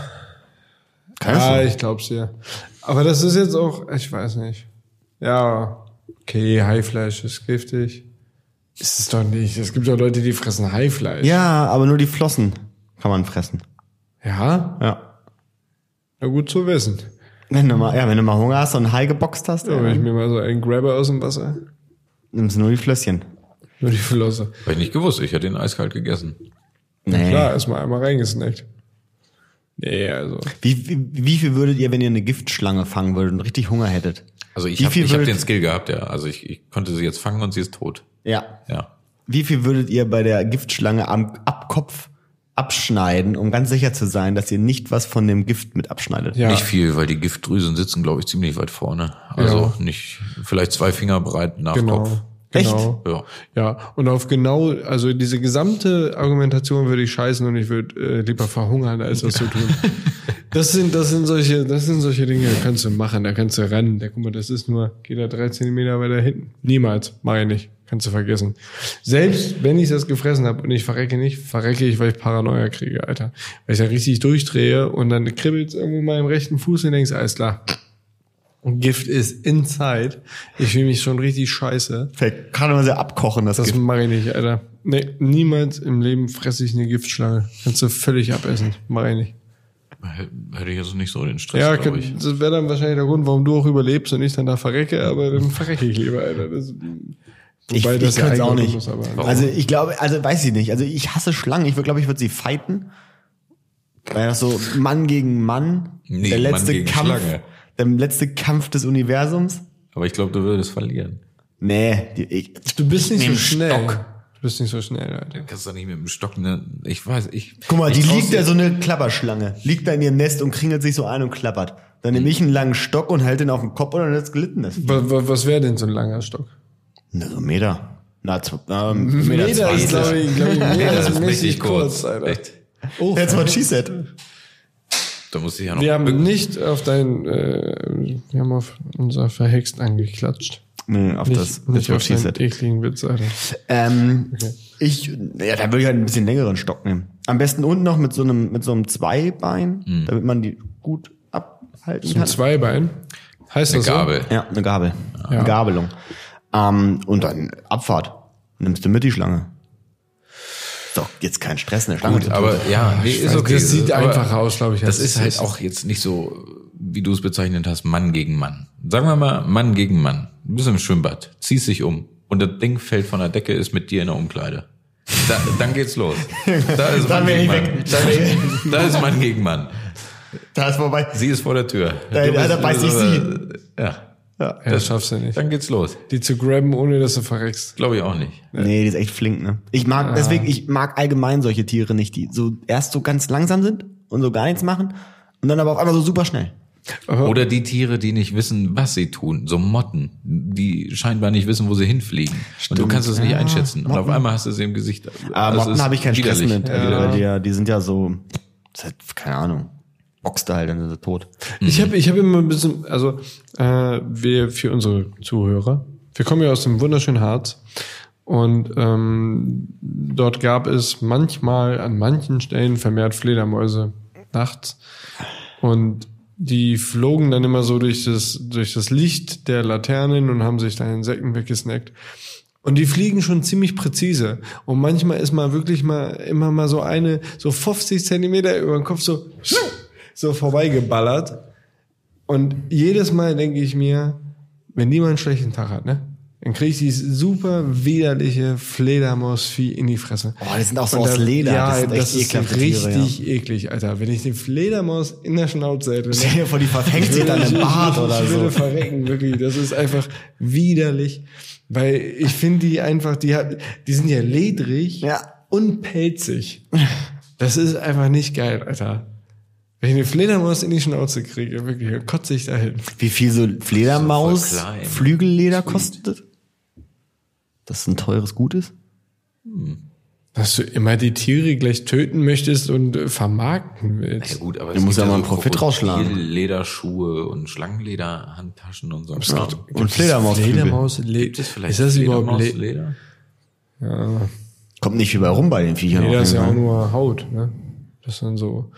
Speaker 1: Kannst
Speaker 2: ja,
Speaker 1: du?
Speaker 2: ich glaub's dir. Aber das ist jetzt auch, ich weiß nicht. Ja, okay, Haifleisch ist giftig. Ist es doch nicht. Es gibt doch Leute, die fressen Haifleisch.
Speaker 1: Ja, aber nur die Flossen kann man fressen.
Speaker 2: Ja?
Speaker 1: Ja.
Speaker 2: Na gut zu wissen.
Speaker 1: Wenn du mal, ja, wenn du mal Hunger hast und einen Hai geboxt hast,
Speaker 2: Ja, wenn ich
Speaker 1: äh,
Speaker 2: mir mal so einen Grabber aus dem Wasser.
Speaker 1: nimmst du nur die Flösschen.
Speaker 2: Nur die Flosse.
Speaker 3: Hab ich nicht gewusst, ich hätte ihn eiskalt gegessen.
Speaker 1: Nee.
Speaker 2: Klar, erstmal einmal reingesnackt. Nee, also.
Speaker 1: Wie, wie, wie viel würdet ihr, wenn ihr eine Giftschlange fangen würdet und richtig Hunger hättet?
Speaker 3: Also ich
Speaker 1: Wie
Speaker 3: habe
Speaker 1: viel
Speaker 3: hab
Speaker 1: würdet-
Speaker 3: den Skill gehabt, ja. Also ich, ich konnte sie jetzt fangen und sie ist tot.
Speaker 1: Ja.
Speaker 3: Ja.
Speaker 1: Wie viel würdet ihr bei der Giftschlange am Abkopf abschneiden, um ganz sicher zu sein, dass ihr nicht was von dem Gift mit abschneidet?
Speaker 2: Ja.
Speaker 3: Nicht viel, weil die Giftdrüsen sitzen, glaube ich, ziemlich weit vorne. Also nicht, vielleicht zwei Finger breit nach Kopf.
Speaker 2: Genau. Genau.
Speaker 3: Ja.
Speaker 2: Ja, und auf genau, also diese gesamte Argumentation würde ich scheißen und ich würde äh, lieber verhungern, als das zu tun. Das sind, das sind solche, das sind solche Dinge, da kannst du machen, da kannst du rennen. Da, guck mal, das ist nur, geht da drei Zentimeter weiter hinten. Niemals, mach ich nicht. Kannst du vergessen. Selbst wenn ich das gefressen habe und ich verrecke nicht, verrecke ich, weil ich Paranoia kriege, Alter. Weil ich ja richtig durchdrehe und dann kribbelt irgendwo meinem rechten Fuß und denkst, alles klar. Und Gift ist inside. Ich fühle mich schon richtig scheiße.
Speaker 1: Vielleicht kann man sie abkochen, das,
Speaker 2: Das
Speaker 1: Gift.
Speaker 2: mache ich nicht, Alter. Nee, niemals im Leben fresse ich eine Giftschlange. Kannst du völlig abessen. Mach ich nicht.
Speaker 3: Hätte ich jetzt nicht so den Stress,
Speaker 2: Ja,
Speaker 3: glaube
Speaker 2: kann,
Speaker 3: ich.
Speaker 2: das wäre dann wahrscheinlich der Grund, warum du auch überlebst und ich dann da verrecke, aber dann verrecke ich lieber, Alter. Das,
Speaker 1: Ich, ich
Speaker 2: ja
Speaker 1: kann es auch nicht.
Speaker 2: eigentlich muss, aber,
Speaker 1: also ich glaube, also weiß ich nicht. Also ich hasse Schlangen. Ich würde, glaube ich, würde sie fighten. Weil das so Mann gegen Mann,
Speaker 3: Nee,
Speaker 1: der
Speaker 3: Mann
Speaker 1: letzte
Speaker 3: gegen
Speaker 1: Kampf,
Speaker 3: Schlange.
Speaker 1: der letzte Kampf des Universums.
Speaker 3: Aber ich glaube, du würdest verlieren.
Speaker 1: Nee, die, ich,
Speaker 2: Du bist nicht
Speaker 1: Mit dem
Speaker 2: so schnell.
Speaker 1: Stock.
Speaker 2: Du bist nicht so schnell, Alter.
Speaker 3: Kannst du doch nicht mit dem Stock eine, ich weiß, ich.
Speaker 1: Guck mal,
Speaker 3: ich
Speaker 1: die
Speaker 3: trau's
Speaker 1: liegt
Speaker 3: dir-
Speaker 1: da so eine Klapperschlange. Liegt da in ihrem Nest und kringelt sich so ein und klappert. Dann nehme ich einen langen Stock und halte den auf den Kopf und dann ist gelitten. Das
Speaker 2: Was, was wäre denn so ein langer Stock?
Speaker 1: Na, so ein Meter. Na, zw- ähm, Meter, Meter
Speaker 2: ist, glaube ich, glaub ich, Meter
Speaker 3: Das
Speaker 2: ist
Speaker 3: ist richtig
Speaker 2: mäßig
Speaker 3: kurz.
Speaker 2: kurz, Alter.
Speaker 3: Echt?
Speaker 2: Oh,
Speaker 1: That's what she said.
Speaker 3: Da muss ich ja noch.
Speaker 2: wir haben nicht auf dein, äh, wir haben auf unser Verhext angeklatscht.
Speaker 1: Nee, auf
Speaker 2: Nicht,
Speaker 1: das. That's
Speaker 2: nicht
Speaker 1: what
Speaker 2: auf
Speaker 1: she
Speaker 2: deinen
Speaker 1: said.
Speaker 2: ekligen Witz, Alter.
Speaker 1: Ähm, Ich, ja, da würde ich halt ein bisschen längeren Stock nehmen. Am besten unten noch mit so einem, mit so einem Zweibein, damit man die gut abhalten
Speaker 2: Hm. Zum
Speaker 1: kann.
Speaker 2: Zweibein. Heißt
Speaker 3: eine
Speaker 2: das so?
Speaker 3: Gabel.
Speaker 1: Ja, eine Gabel.
Speaker 2: Ja.
Speaker 1: Eine Gabelung. Ähm, und dann Abfahrt. Nimmst du mit die Schlange. Ist doch jetzt kein Stress, eine Schlange
Speaker 3: Gut,
Speaker 1: zu
Speaker 3: aber ja, nee, ist
Speaker 2: weiß,
Speaker 3: okay.
Speaker 2: Also das sieht
Speaker 3: aber
Speaker 2: einfacher aus, glaub ich, als
Speaker 3: Das ist
Speaker 2: es
Speaker 3: halt
Speaker 2: ist.
Speaker 3: auch jetzt nicht so, wie du es bezeichnet hast, Mann gegen Mann. Sagen wir mal, Mann gegen Mann. Du bist im Schwimmbad, ziehst dich um und das Ding fällt von der Decke, ist mit dir in der Umkleide. Da, dann geht's los. Da ist
Speaker 1: Dann
Speaker 3: Mann
Speaker 1: bin
Speaker 3: gegen
Speaker 1: ich
Speaker 3: Mann.
Speaker 1: weg.
Speaker 3: Da, da ist Mann gegen Mann.
Speaker 1: Da ist vorbei.
Speaker 3: Sie ist vor der Tür.
Speaker 1: Da-
Speaker 3: Du
Speaker 1: da- da beiß ich
Speaker 3: äh, Ja,
Speaker 2: Ja, das schaffst du nicht.
Speaker 3: dann geht's los.
Speaker 2: Die zu grabben, ohne dass du verreckst.
Speaker 3: Glaube ich auch nicht.
Speaker 1: Nee, die ist echt flink, ne? Ich mag, deswegen, ich mag allgemein solche Tiere nicht, die so erst so ganz langsam sind und so gar nichts machen und dann aber auf einmal so super schnell.
Speaker 3: Oder die Tiere, die nicht wissen, was sie tun, so Motten, die scheinbar nicht wissen, wo sie hinfliegen. und du kannst es nicht
Speaker 1: ja.
Speaker 3: einschätzen. Und auf
Speaker 1: Ah. Motten.
Speaker 3: einmal hast du sie im Gesicht.
Speaker 1: Aber
Speaker 3: Das Also ist
Speaker 1: Ah, Motten habe ich keinen Stress
Speaker 3: widerlich.
Speaker 1: mit, weil die, ja- die sind ja so, das ist halt, keine Ahnung, boxt da halt, dann sind sie tot.
Speaker 3: Mhm.
Speaker 2: Ich habe ich hab immer ein bisschen, also äh, wir für unsere Zuhörer, wir kommen ja aus dem wunderschönen Harz und ähm, dort gab es manchmal an manchen Stellen vermehrt Fledermäuse nachts und die flogen dann immer so durch das, durch das Licht der Laternen und haben sich da Insekten weggesnackt. Und die fliegen schon ziemlich präzise. Und manchmal ist mal wirklich mal immer mal so eine, so 50 Zentimeter über den Kopf so, so vorbeigeballert. Und jedes Mal denke ich mir, wenn die mal einen schlechten Tag hat, ne? Dann kriege ich dieses super widerliche Fledermausvieh in die Fresse.
Speaker 1: Oh, die sind auch so
Speaker 2: Und
Speaker 1: aus
Speaker 2: da-
Speaker 1: Leder.
Speaker 2: Ja,
Speaker 1: Das
Speaker 2: das,
Speaker 1: sind echt
Speaker 2: ist
Speaker 1: ekelhafte Tiere,
Speaker 2: richtig eklig, Alter. Wenn ich den Fledermaus in der Schnauze hätte. ne?
Speaker 1: Stell dir vor, die verfängt sich dann
Speaker 2: Ich-
Speaker 1: im Bad
Speaker 2: ich-
Speaker 1: oder
Speaker 2: Ich
Speaker 1: so.
Speaker 2: würde verrecken, wirklich. Das ist einfach widerlich. Weil ich finde die einfach, die, hat, die sind ja ledrig
Speaker 1: Ja.
Speaker 2: und pelzig. Das ist einfach nicht geil, Alter. Wenn ich eine Fledermaus in die Schnauze kriege, wirklich, dann kotze ich dahin.
Speaker 1: Wie viel so Fledermaus,
Speaker 3: So voll klein.
Speaker 1: Flügelleder kostet? Das ist ein teures Gutes?
Speaker 2: Dass du immer die Tiere gleich töten möchtest und äh, vermarkten
Speaker 3: Ja
Speaker 2: willst.
Speaker 3: gut, aber
Speaker 1: Du musst ja mal einen Profit rausschlagen.
Speaker 3: Lederschuhe und Schlangenlederhandtaschen und so. Ja.
Speaker 1: Und Fledermausflügel.
Speaker 2: Fledermaus, Le
Speaker 3: Gibt es
Speaker 2: ist
Speaker 3: vielleicht
Speaker 2: das überhaupt Le
Speaker 3: Leder?
Speaker 1: Kommt nicht viel bei rum bei den Viechern.
Speaker 2: Nee,
Speaker 1: auf
Speaker 2: das ist
Speaker 1: jeden
Speaker 2: ja auch
Speaker 1: Fall.
Speaker 2: nur Haut, ne? Das dann so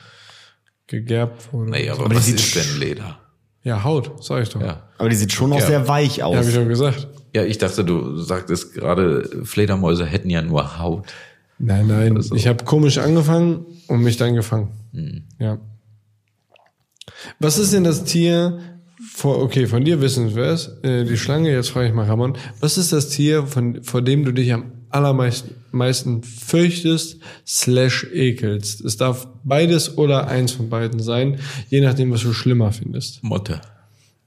Speaker 2: gegerbt wurde.
Speaker 3: Nee, aber,
Speaker 1: Aber die
Speaker 3: was
Speaker 1: sieht
Speaker 3: ist denn Leder?
Speaker 2: Ja, Haut, sag ich doch. Ja,
Speaker 3: Ja.
Speaker 1: Aber die sieht schon auch
Speaker 3: Ja.
Speaker 1: sehr weich aus.
Speaker 2: habe ich doch gesagt.
Speaker 3: ja, ich dachte, du sagtest gerade, Fledermäuse hätten ja nur Haut.
Speaker 2: Nein, nein, ich habe komisch angefangen und mich dann gefangen. Ja. Was ist denn das Tier, vor, okay, von dir wissen wir es, äh, die Schlange, jetzt frage ich mal Ramon, was ist das Tier, von, vor dem du dich am allermeisten meisten fürchtest, slash ekelst? Es darf beides oder eins von beiden sein, je nachdem, was du schlimmer findest.
Speaker 3: Motte.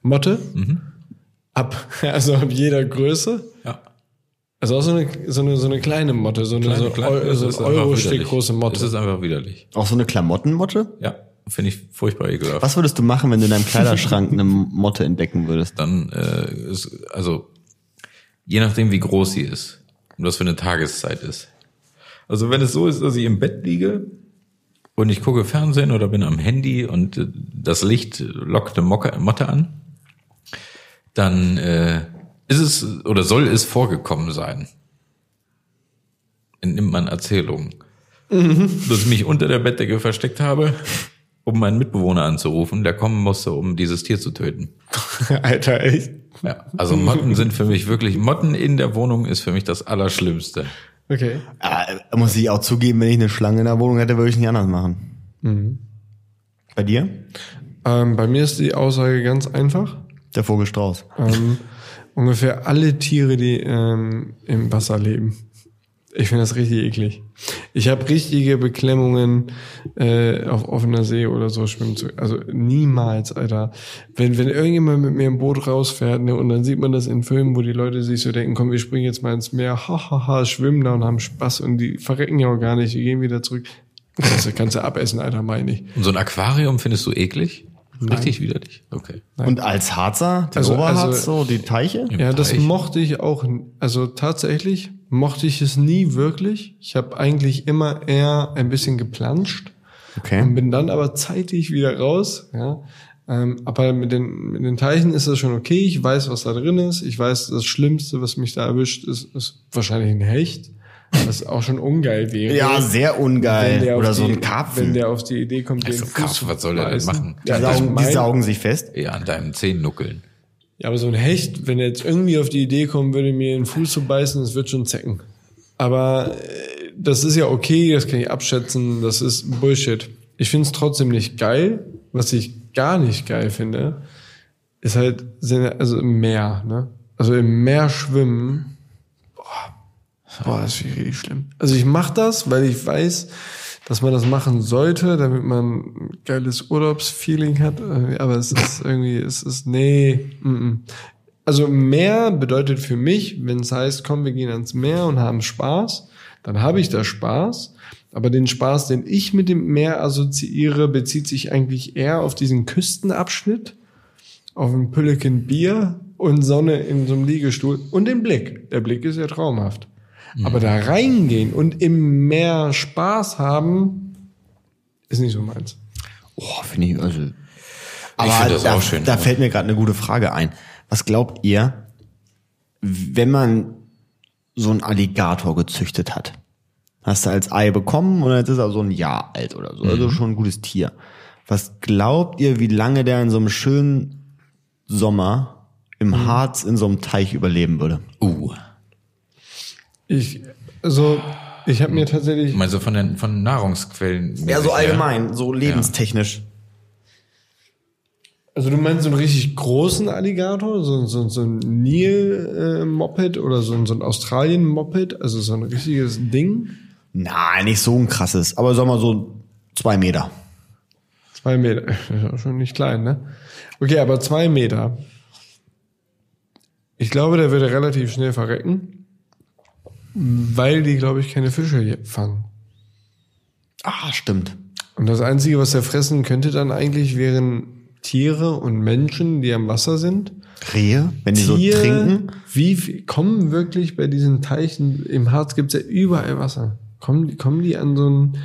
Speaker 2: Motte? Ab, also ab jeder Größe?
Speaker 3: Mhm. Ja.
Speaker 2: Also auch so eine, so eine, so eine kleine Motte, so eine, so, Also Eu, so
Speaker 3: das Also ist
Speaker 2: ein
Speaker 3: einfach
Speaker 2: Euro-Stück
Speaker 3: widerlich.
Speaker 2: große
Speaker 3: Das ist
Speaker 2: Motte.
Speaker 3: einfach widerlich.
Speaker 1: Auch so eine Klamottenmotte?
Speaker 3: Ja, finde ich furchtbar ekelhaft.
Speaker 1: Was würdest du machen, wenn du in deinem Kleiderschrank eine Motte entdecken würdest?
Speaker 3: Dann äh, ist, also je nachdem, wie groß sie ist und was für eine Tageszeit ist. Also wenn es so ist, dass ich im Bett liege und ich gucke Fernsehen oder bin am Handy und äh, das Licht lockt eine Mocke, Motte an, dann äh, ist es oder soll es vorgekommen sein. Entnimmt man Erzählungen. Dass ich mich unter der Bettdecke versteckt habe, um meinen Mitbewohner anzurufen, der kommen musste, um dieses Tier zu töten.
Speaker 2: Alter, echt?
Speaker 3: Ja, also Motten sind für mich wirklich, Motten in der Wohnung ist für mich das Allerschlimmste.
Speaker 2: Okay.
Speaker 1: Ah, muss ich auch zugeben, wenn ich eine Schlange in der Wohnung hätte, würde ich es nicht anders machen. Bei dir?
Speaker 2: Ähm, bei mir ist die Aussage ganz einfach.
Speaker 1: Der Vogel Strauß.
Speaker 2: Ähm, ungefähr alle Tiere, die ähm, im Wasser leben. Ich finde das richtig eklig. Ich habe richtige Beklemmungen äh, auf offener See oder so schwimmen zu. Also niemals, Alter. Wenn, wenn irgendjemand mit mir im Boot rausfährt ne, und dann sieht man das in Filmen, wo die Leute sich so denken, komm, wir springen jetzt mal ins Meer, hahaha, ha, ha, schwimmen da und haben Spaß und die verrecken ja auch gar nicht, die gehen wieder zurück. Das kannst du abessen, Alter, meine ich.
Speaker 3: Und so ein Aquarium findest du eklig? Richtig widerlich? Okay.
Speaker 1: Und als Harzer, die
Speaker 2: Also-
Speaker 1: Oberharz,
Speaker 2: also-
Speaker 1: so die Teiche?
Speaker 2: Ja, das
Speaker 3: Teich.
Speaker 2: mochte ich auch. n- Also tatsächlich mochte ich es nie wirklich. Ich habe eigentlich immer eher ein bisschen geplanscht und
Speaker 1: Okay.
Speaker 2: bin dann aber zeitig wieder raus. Ja. Ähm, aber mit den, mit den Teichen ist das schon okay. Ich weiß, was da drin ist. Ich weiß, das Schlimmste, was mich da erwischt, ist, ist wahrscheinlich ein Hecht, was auch schon ungeil wäre.
Speaker 1: Ja, sehr
Speaker 2: Wenn
Speaker 1: ungeil.
Speaker 2: der auf
Speaker 1: Oder so
Speaker 2: die-
Speaker 1: ein
Speaker 2: Wenn
Speaker 1: Karpfen.
Speaker 2: der auf die Idee kommt,
Speaker 3: Also
Speaker 2: den Fuß
Speaker 3: Karpfen,
Speaker 2: zu
Speaker 3: was soll der denn
Speaker 2: beißen.
Speaker 3: machen?
Speaker 1: Die
Speaker 2: Ja, das
Speaker 1: saugen, die
Speaker 2: mein-
Speaker 1: saugen sich fest.
Speaker 3: Ja, an deinem Zehen nuckeln.
Speaker 2: Ja, aber so ein Hecht, wenn er jetzt irgendwie auf die Idee kommen würde, mir in den Fuß zu beißen, das wird schon zecken. Aber äh, das ist ja okay, das kann ich abschätzen, das ist Bullshit. Ich find's trotzdem nicht geil. Was ich gar nicht geil finde, ist halt, sind- also im Meer, ne? Also im Meer schwimmen, boah, boah das finde ich richtig schlimm. Also ich mache das, weil ich weiß, dass man das machen sollte, damit man ein geiles Urlaubsfeeling hat. Irgendwie, Aber es ist irgendwie, es ist, nee, mm -mm. Also Meer bedeutet für mich, wenn es heißt, komm, wir gehen ans Meer und haben Spaß, dann habe ich da Spaß. Aber den Spaß, den ich mit dem Meer assoziiere, bezieht sich eigentlich eher auf diesen Küstenabschnitt, auf ein Pülleken Bier und Sonne in so einem Liegestuhl und den Blick. Der Blick ist ja traumhaft. Aber da reingehen und im Meer Spaß haben, ist nicht so meins.
Speaker 1: Oh, finde ich, also. Aber
Speaker 3: find das
Speaker 1: da,
Speaker 3: auch schön,
Speaker 1: da
Speaker 3: ja.
Speaker 1: fällt mir gerade eine gute Frage ein. Was glaubt ihr, wenn man so einen Alligator gezüchtet hat? Hast du als Ei bekommen und jetzt ist er so ein Jahr alt oder so. Also schon ein gutes Tier. Was glaubt ihr, wie lange der in so einem schönen Sommer im Harz in so einem Teich überleben würde?
Speaker 3: Uh.
Speaker 2: Ich, also, ich habe mir tatsächlich
Speaker 3: Meinst du von den von Nahrungsquellen?
Speaker 1: Ja, so
Speaker 3: her?
Speaker 1: allgemein, so lebenstechnisch.
Speaker 2: Also du meinst so einen richtig großen Alligator, so, so, so ein Nil-Moped oder so, ein- so ein Australien-Moped, also so ein richtiges Ding.
Speaker 1: Na, nicht so ein krasses, aber sagen wir so zwei Meter.
Speaker 2: Zwei Meter, das ist auch schon nicht klein, ne? Okay, aber zwei Meter. Ich glaube, der würde relativ schnell verrecken, weil die, glaube ich, keine Fische hier fangen.
Speaker 1: Ah, stimmt.
Speaker 2: Und das Einzige, was er fressen könnte dann eigentlich, wären Tiere und Menschen, die am Wasser sind.
Speaker 1: Rehe, wenn die so
Speaker 2: Tiere,
Speaker 1: trinken.
Speaker 2: Wie viel- kommen wirklich bei diesen Teichen, im Harz gibt's ja überall Wasser. Kommen, die- kommen die an so einen,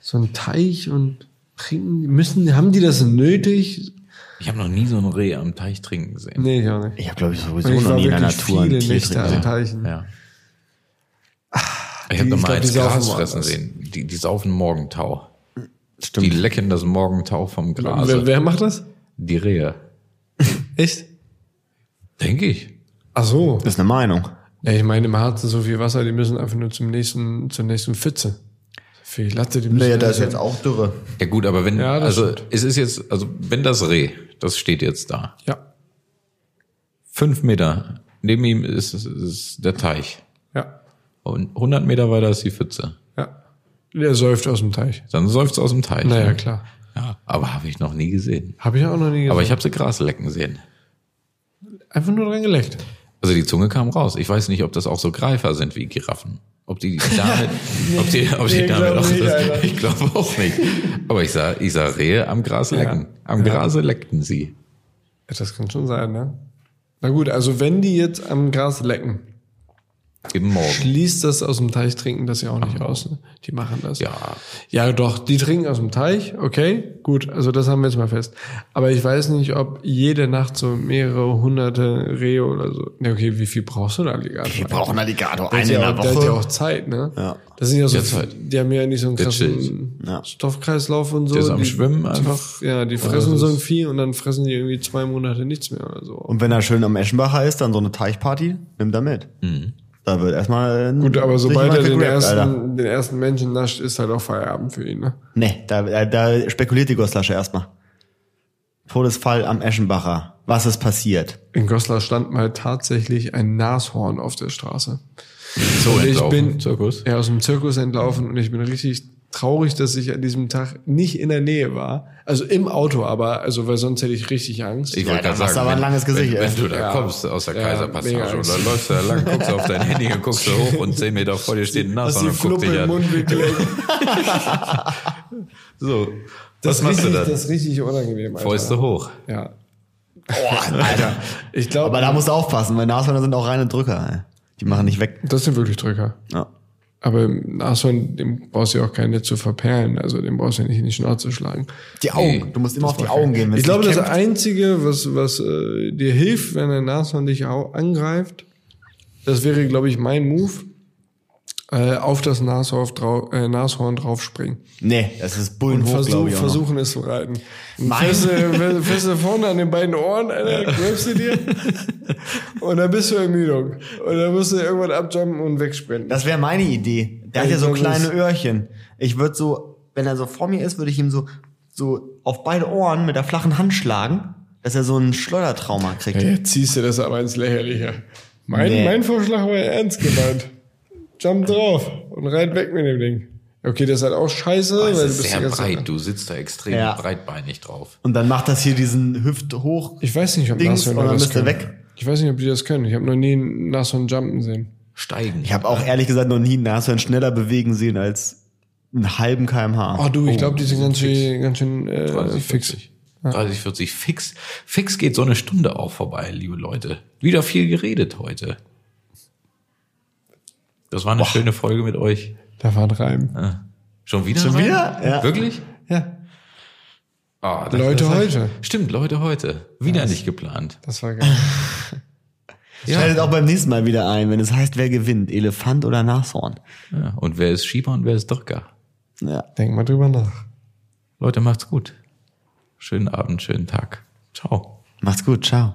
Speaker 2: so einen Teich und trinken, die? müssen, haben die das nötig?
Speaker 3: Ich habe noch nie so ein Reh am Teich trinken gesehen.
Speaker 2: Nee, ich auch nicht.
Speaker 1: Ich habe, glaube ich, sowieso
Speaker 2: Und ich
Speaker 1: noch
Speaker 2: war
Speaker 1: nie in der
Speaker 2: wirklich
Speaker 1: Natur ein
Speaker 2: viele
Speaker 1: Tier
Speaker 2: Nächte
Speaker 1: trinken.
Speaker 2: an
Speaker 1: sehen.
Speaker 2: Teichen.
Speaker 3: Ja. Ich habe
Speaker 2: ich
Speaker 3: noch
Speaker 2: glaub,
Speaker 3: mal
Speaker 2: die
Speaker 3: eins
Speaker 2: saufen
Speaker 3: Gras fressen
Speaker 2: woanders.
Speaker 3: sehen. Die, die saufen Morgentau. Die
Speaker 1: Stimmt.
Speaker 3: lecken das Morgentau vom Gras.
Speaker 2: wer, wer macht das?
Speaker 3: Die Rehe.
Speaker 2: Echt?
Speaker 3: Denke ich.
Speaker 2: Ach so.
Speaker 1: Das ist eine Meinung.
Speaker 2: Ja, ich meine, im Harz ist so viel Wasser, die müssen einfach nur zum nächsten, zur nächsten Pfütze. Für die Latte, die müssen.
Speaker 1: auch Dürre.
Speaker 3: Ja gut, aber wenn
Speaker 2: Ja, das
Speaker 3: also es ist jetzt also wenn das Reh, das steht jetzt da,
Speaker 2: Ja,
Speaker 3: fünf Meter neben ihm ist, ist, ist der Teich
Speaker 2: ja,
Speaker 3: und 100 Meter weiter ist die Pfütze.
Speaker 2: ja. Der säuft aus dem Teich.
Speaker 3: Dann seufzt aus dem Teich.
Speaker 2: Naja,
Speaker 3: ne?
Speaker 2: klar.
Speaker 3: Ja, aber habe ich noch nie gesehen.
Speaker 2: Habe ich auch noch nie gesehen.
Speaker 3: Aber ich habe sie Gras lecken sehen.
Speaker 2: einfach nur dran geleckt.
Speaker 3: Also die Zunge kam raus. Ich weiß nicht, ob das auch so Greifer sind wie Giraffen. Ob die damit, ob die, ob die
Speaker 2: nee,
Speaker 3: damit
Speaker 2: glaub
Speaker 3: auch
Speaker 2: nicht,
Speaker 3: das,
Speaker 2: Alter.
Speaker 3: ich glaube auch nicht. Aber ich sah, ich sah Rehe am Gras lecken. Am Grase leckten sie.
Speaker 2: Ja, Das kann schon sein, ne? Na gut, also wenn die jetzt am Gras lecken,
Speaker 3: Im Morgen.
Speaker 2: schließt das aus dem Teich trinken das ja auch nicht aus. Ne? Die machen das.
Speaker 3: Ja.
Speaker 2: Ja, doch, die trinken aus dem Teich, okay, gut, also das haben wir jetzt mal fest. Aber ich weiß nicht, ob jede Nacht so mehrere hunderte Rehe oder so. Ne, okay, wie viel brauchst du da, Alligator?
Speaker 1: Wir brauchen einen Alligator.
Speaker 2: Der hat
Speaker 1: Eine in
Speaker 2: ja,
Speaker 1: der
Speaker 2: auch- der hat ja auch
Speaker 1: Woche.
Speaker 2: Zeit, ne?
Speaker 1: Ja.
Speaker 2: Das sind ja so,
Speaker 3: Der Zeit.
Speaker 2: die haben ja nicht so einen
Speaker 3: Der
Speaker 2: krassen
Speaker 1: Ja.
Speaker 2: Stoffkreislauf und so.
Speaker 3: Der ist am
Speaker 2: die,
Speaker 3: Schwimmen
Speaker 2: die,
Speaker 3: einfach.
Speaker 2: Ja, die fressen so ein Vieh und dann fressen die irgendwie zwei Monate nichts mehr oder so.
Speaker 1: Und wenn er schön am Eschenbacher ist, dann so eine Teichparty, nimm da mit. Da wird erstmal. ein-
Speaker 2: Gut, aber
Speaker 1: sich
Speaker 2: sobald
Speaker 1: jemand
Speaker 2: er den
Speaker 1: gegrabt, Alter.
Speaker 2: ersten, den ersten Menschen nascht, ist halt auch Feierabend für ihn. Ne?
Speaker 1: Nee, da, da, da spekuliert die Goslasche erstmal. Todesfall am Eschenbacher. Was ist passiert?
Speaker 2: In Goslar stand mal tatsächlich ein Nashorn auf der Straße.
Speaker 3: So
Speaker 2: Und ich
Speaker 3: entlaufen.
Speaker 2: bin
Speaker 3: Zirkus.
Speaker 2: Ja, aus dem Zirkus entlaufen und ich bin richtig traurig, dass ich an diesem Tag nicht in der Nähe war. Also im Auto, aber also weil sonst hätte ich richtig Angst.
Speaker 3: Ich wollte
Speaker 1: da
Speaker 3: gerade
Speaker 1: machst
Speaker 3: sagen,
Speaker 1: du aber ein
Speaker 3: wenn-
Speaker 1: langes Gesicht,
Speaker 3: Wenn,
Speaker 1: ey.
Speaker 3: wenn du da
Speaker 2: Ja.
Speaker 3: kommst aus der
Speaker 2: Ja, mega
Speaker 3: Kaiserpassage und
Speaker 2: Angst.
Speaker 3: dann läufst du da lang, guckst auf dein Handy und guckst da hoch und zehn Meter vor dir steht ein Nashorn und guckt dich an.
Speaker 2: weggelegt.
Speaker 3: So,
Speaker 2: Das
Speaker 3: was machst du
Speaker 2: richtig-
Speaker 3: dann?
Speaker 2: Das ist richtig unangenehm. Alter.
Speaker 3: Fäuste hoch.
Speaker 2: Ja.
Speaker 1: Alter.
Speaker 2: Ich glaube,
Speaker 1: Aber da musst du aufpassen, weil Nashörner sind auch reine Drücker. Ey. Die machen nicht weg.
Speaker 2: das sind wirklich Drücker.
Speaker 1: Ja.
Speaker 2: Aber im Nashorn, dem brauchst du ja auch keine zu verperlen. Also dem brauchst du ja nicht in die Schnauze schlagen.
Speaker 1: Die Augen. Du musst immer auf die Augen gehen. wenn's
Speaker 2: ich glaube,
Speaker 1: nicht
Speaker 2: das
Speaker 1: kämpft.
Speaker 2: Einzige, was, was äh, dir hilft, wenn ein Nashorn dich au- angreift, das wäre, glaube ich, mein Move. Äh, auf das Nashorn, drau äh, Nashorn draufspringen.
Speaker 1: Nee, das ist
Speaker 2: Und
Speaker 1: Bullenhoch,
Speaker 2: versuch,
Speaker 1: glaube ich. auch noch.
Speaker 2: versuchen es zu reiten. Und
Speaker 1: Mein-
Speaker 2: Feste, feste vorne an den beiden Ohren, Alter, greifst du dir. und dann bist du Ermüdung. Und dann musst du irgendwann abjumpen und wegsprinten.
Speaker 1: Das wäre meine Idee. Der hat ja so
Speaker 2: Also, das-
Speaker 1: kleine Öhrchen. Ich würde so, wenn er so vor mir ist, würde ich ihm so, so auf beide Ohren mit der flachen Hand schlagen, dass er so einen Schleudertrauma kriegt.
Speaker 2: Ja, jetzt ziehst du das aber ins Lächerliche. Mein,
Speaker 1: Nee.
Speaker 2: mein Vorschlag war ernst gemeint. Jump drauf und rein weg mit dem Ding. Okay, das ist halt auch scheiße,
Speaker 3: Das
Speaker 2: weil du
Speaker 3: Oh, ist
Speaker 2: bist
Speaker 3: sehr
Speaker 2: die ganze
Speaker 3: breit.
Speaker 2: Zeit-
Speaker 3: Du sitzt da extrem
Speaker 1: Ja.
Speaker 3: breitbeinig drauf.
Speaker 1: Und dann macht das hier diesen Hüft hoch.
Speaker 2: Ich weiß nicht, ob
Speaker 1: Dings,
Speaker 2: Nashörner
Speaker 1: und dann
Speaker 2: das
Speaker 1: bist du
Speaker 2: können.
Speaker 1: weg.
Speaker 2: Ich weiß nicht, ob die das können. Ich habe noch nie einen Nashorn jumpen sehen.
Speaker 3: Steigen.
Speaker 1: Ich habe auch ehrlich gesagt noch nie einen Nashorn schneller bewegen sehen als einen halben kmh.
Speaker 2: Oh du, ich glaube, die sind ganz
Speaker 3: fix.
Speaker 2: schön, ganz schön äh,
Speaker 3: 30,
Speaker 2: fix.
Speaker 3: 40. 30, 40 fix. Fix geht so eine Stunde auch vorbei, liebe Leute. Wieder viel geredet heute. Das war eine schöne Folge mit euch.
Speaker 2: Da war ein Reim.
Speaker 3: Ah. Schon wieder?
Speaker 1: Schon
Speaker 3: rein?
Speaker 1: wieder? Ja.
Speaker 3: Wirklich?
Speaker 2: Ja,
Speaker 3: Ah,
Speaker 2: Leute
Speaker 3: hab ich-
Speaker 2: heute.
Speaker 3: Stimmt, Leute heute. Wieder nicht geplant.
Speaker 2: das war geil.
Speaker 1: Schaltet auch beim nächsten Mal wieder ein, wenn es heißt, wer gewinnt, Elefant oder Nashorn.
Speaker 3: Ja. Und wer ist Schieber und wer ist Drücker?
Speaker 1: Ja.
Speaker 2: Denk mal drüber nach.
Speaker 3: Leute, macht's gut. Schönen Abend, schönen Tag. Ciao.
Speaker 1: Macht's gut, ciao.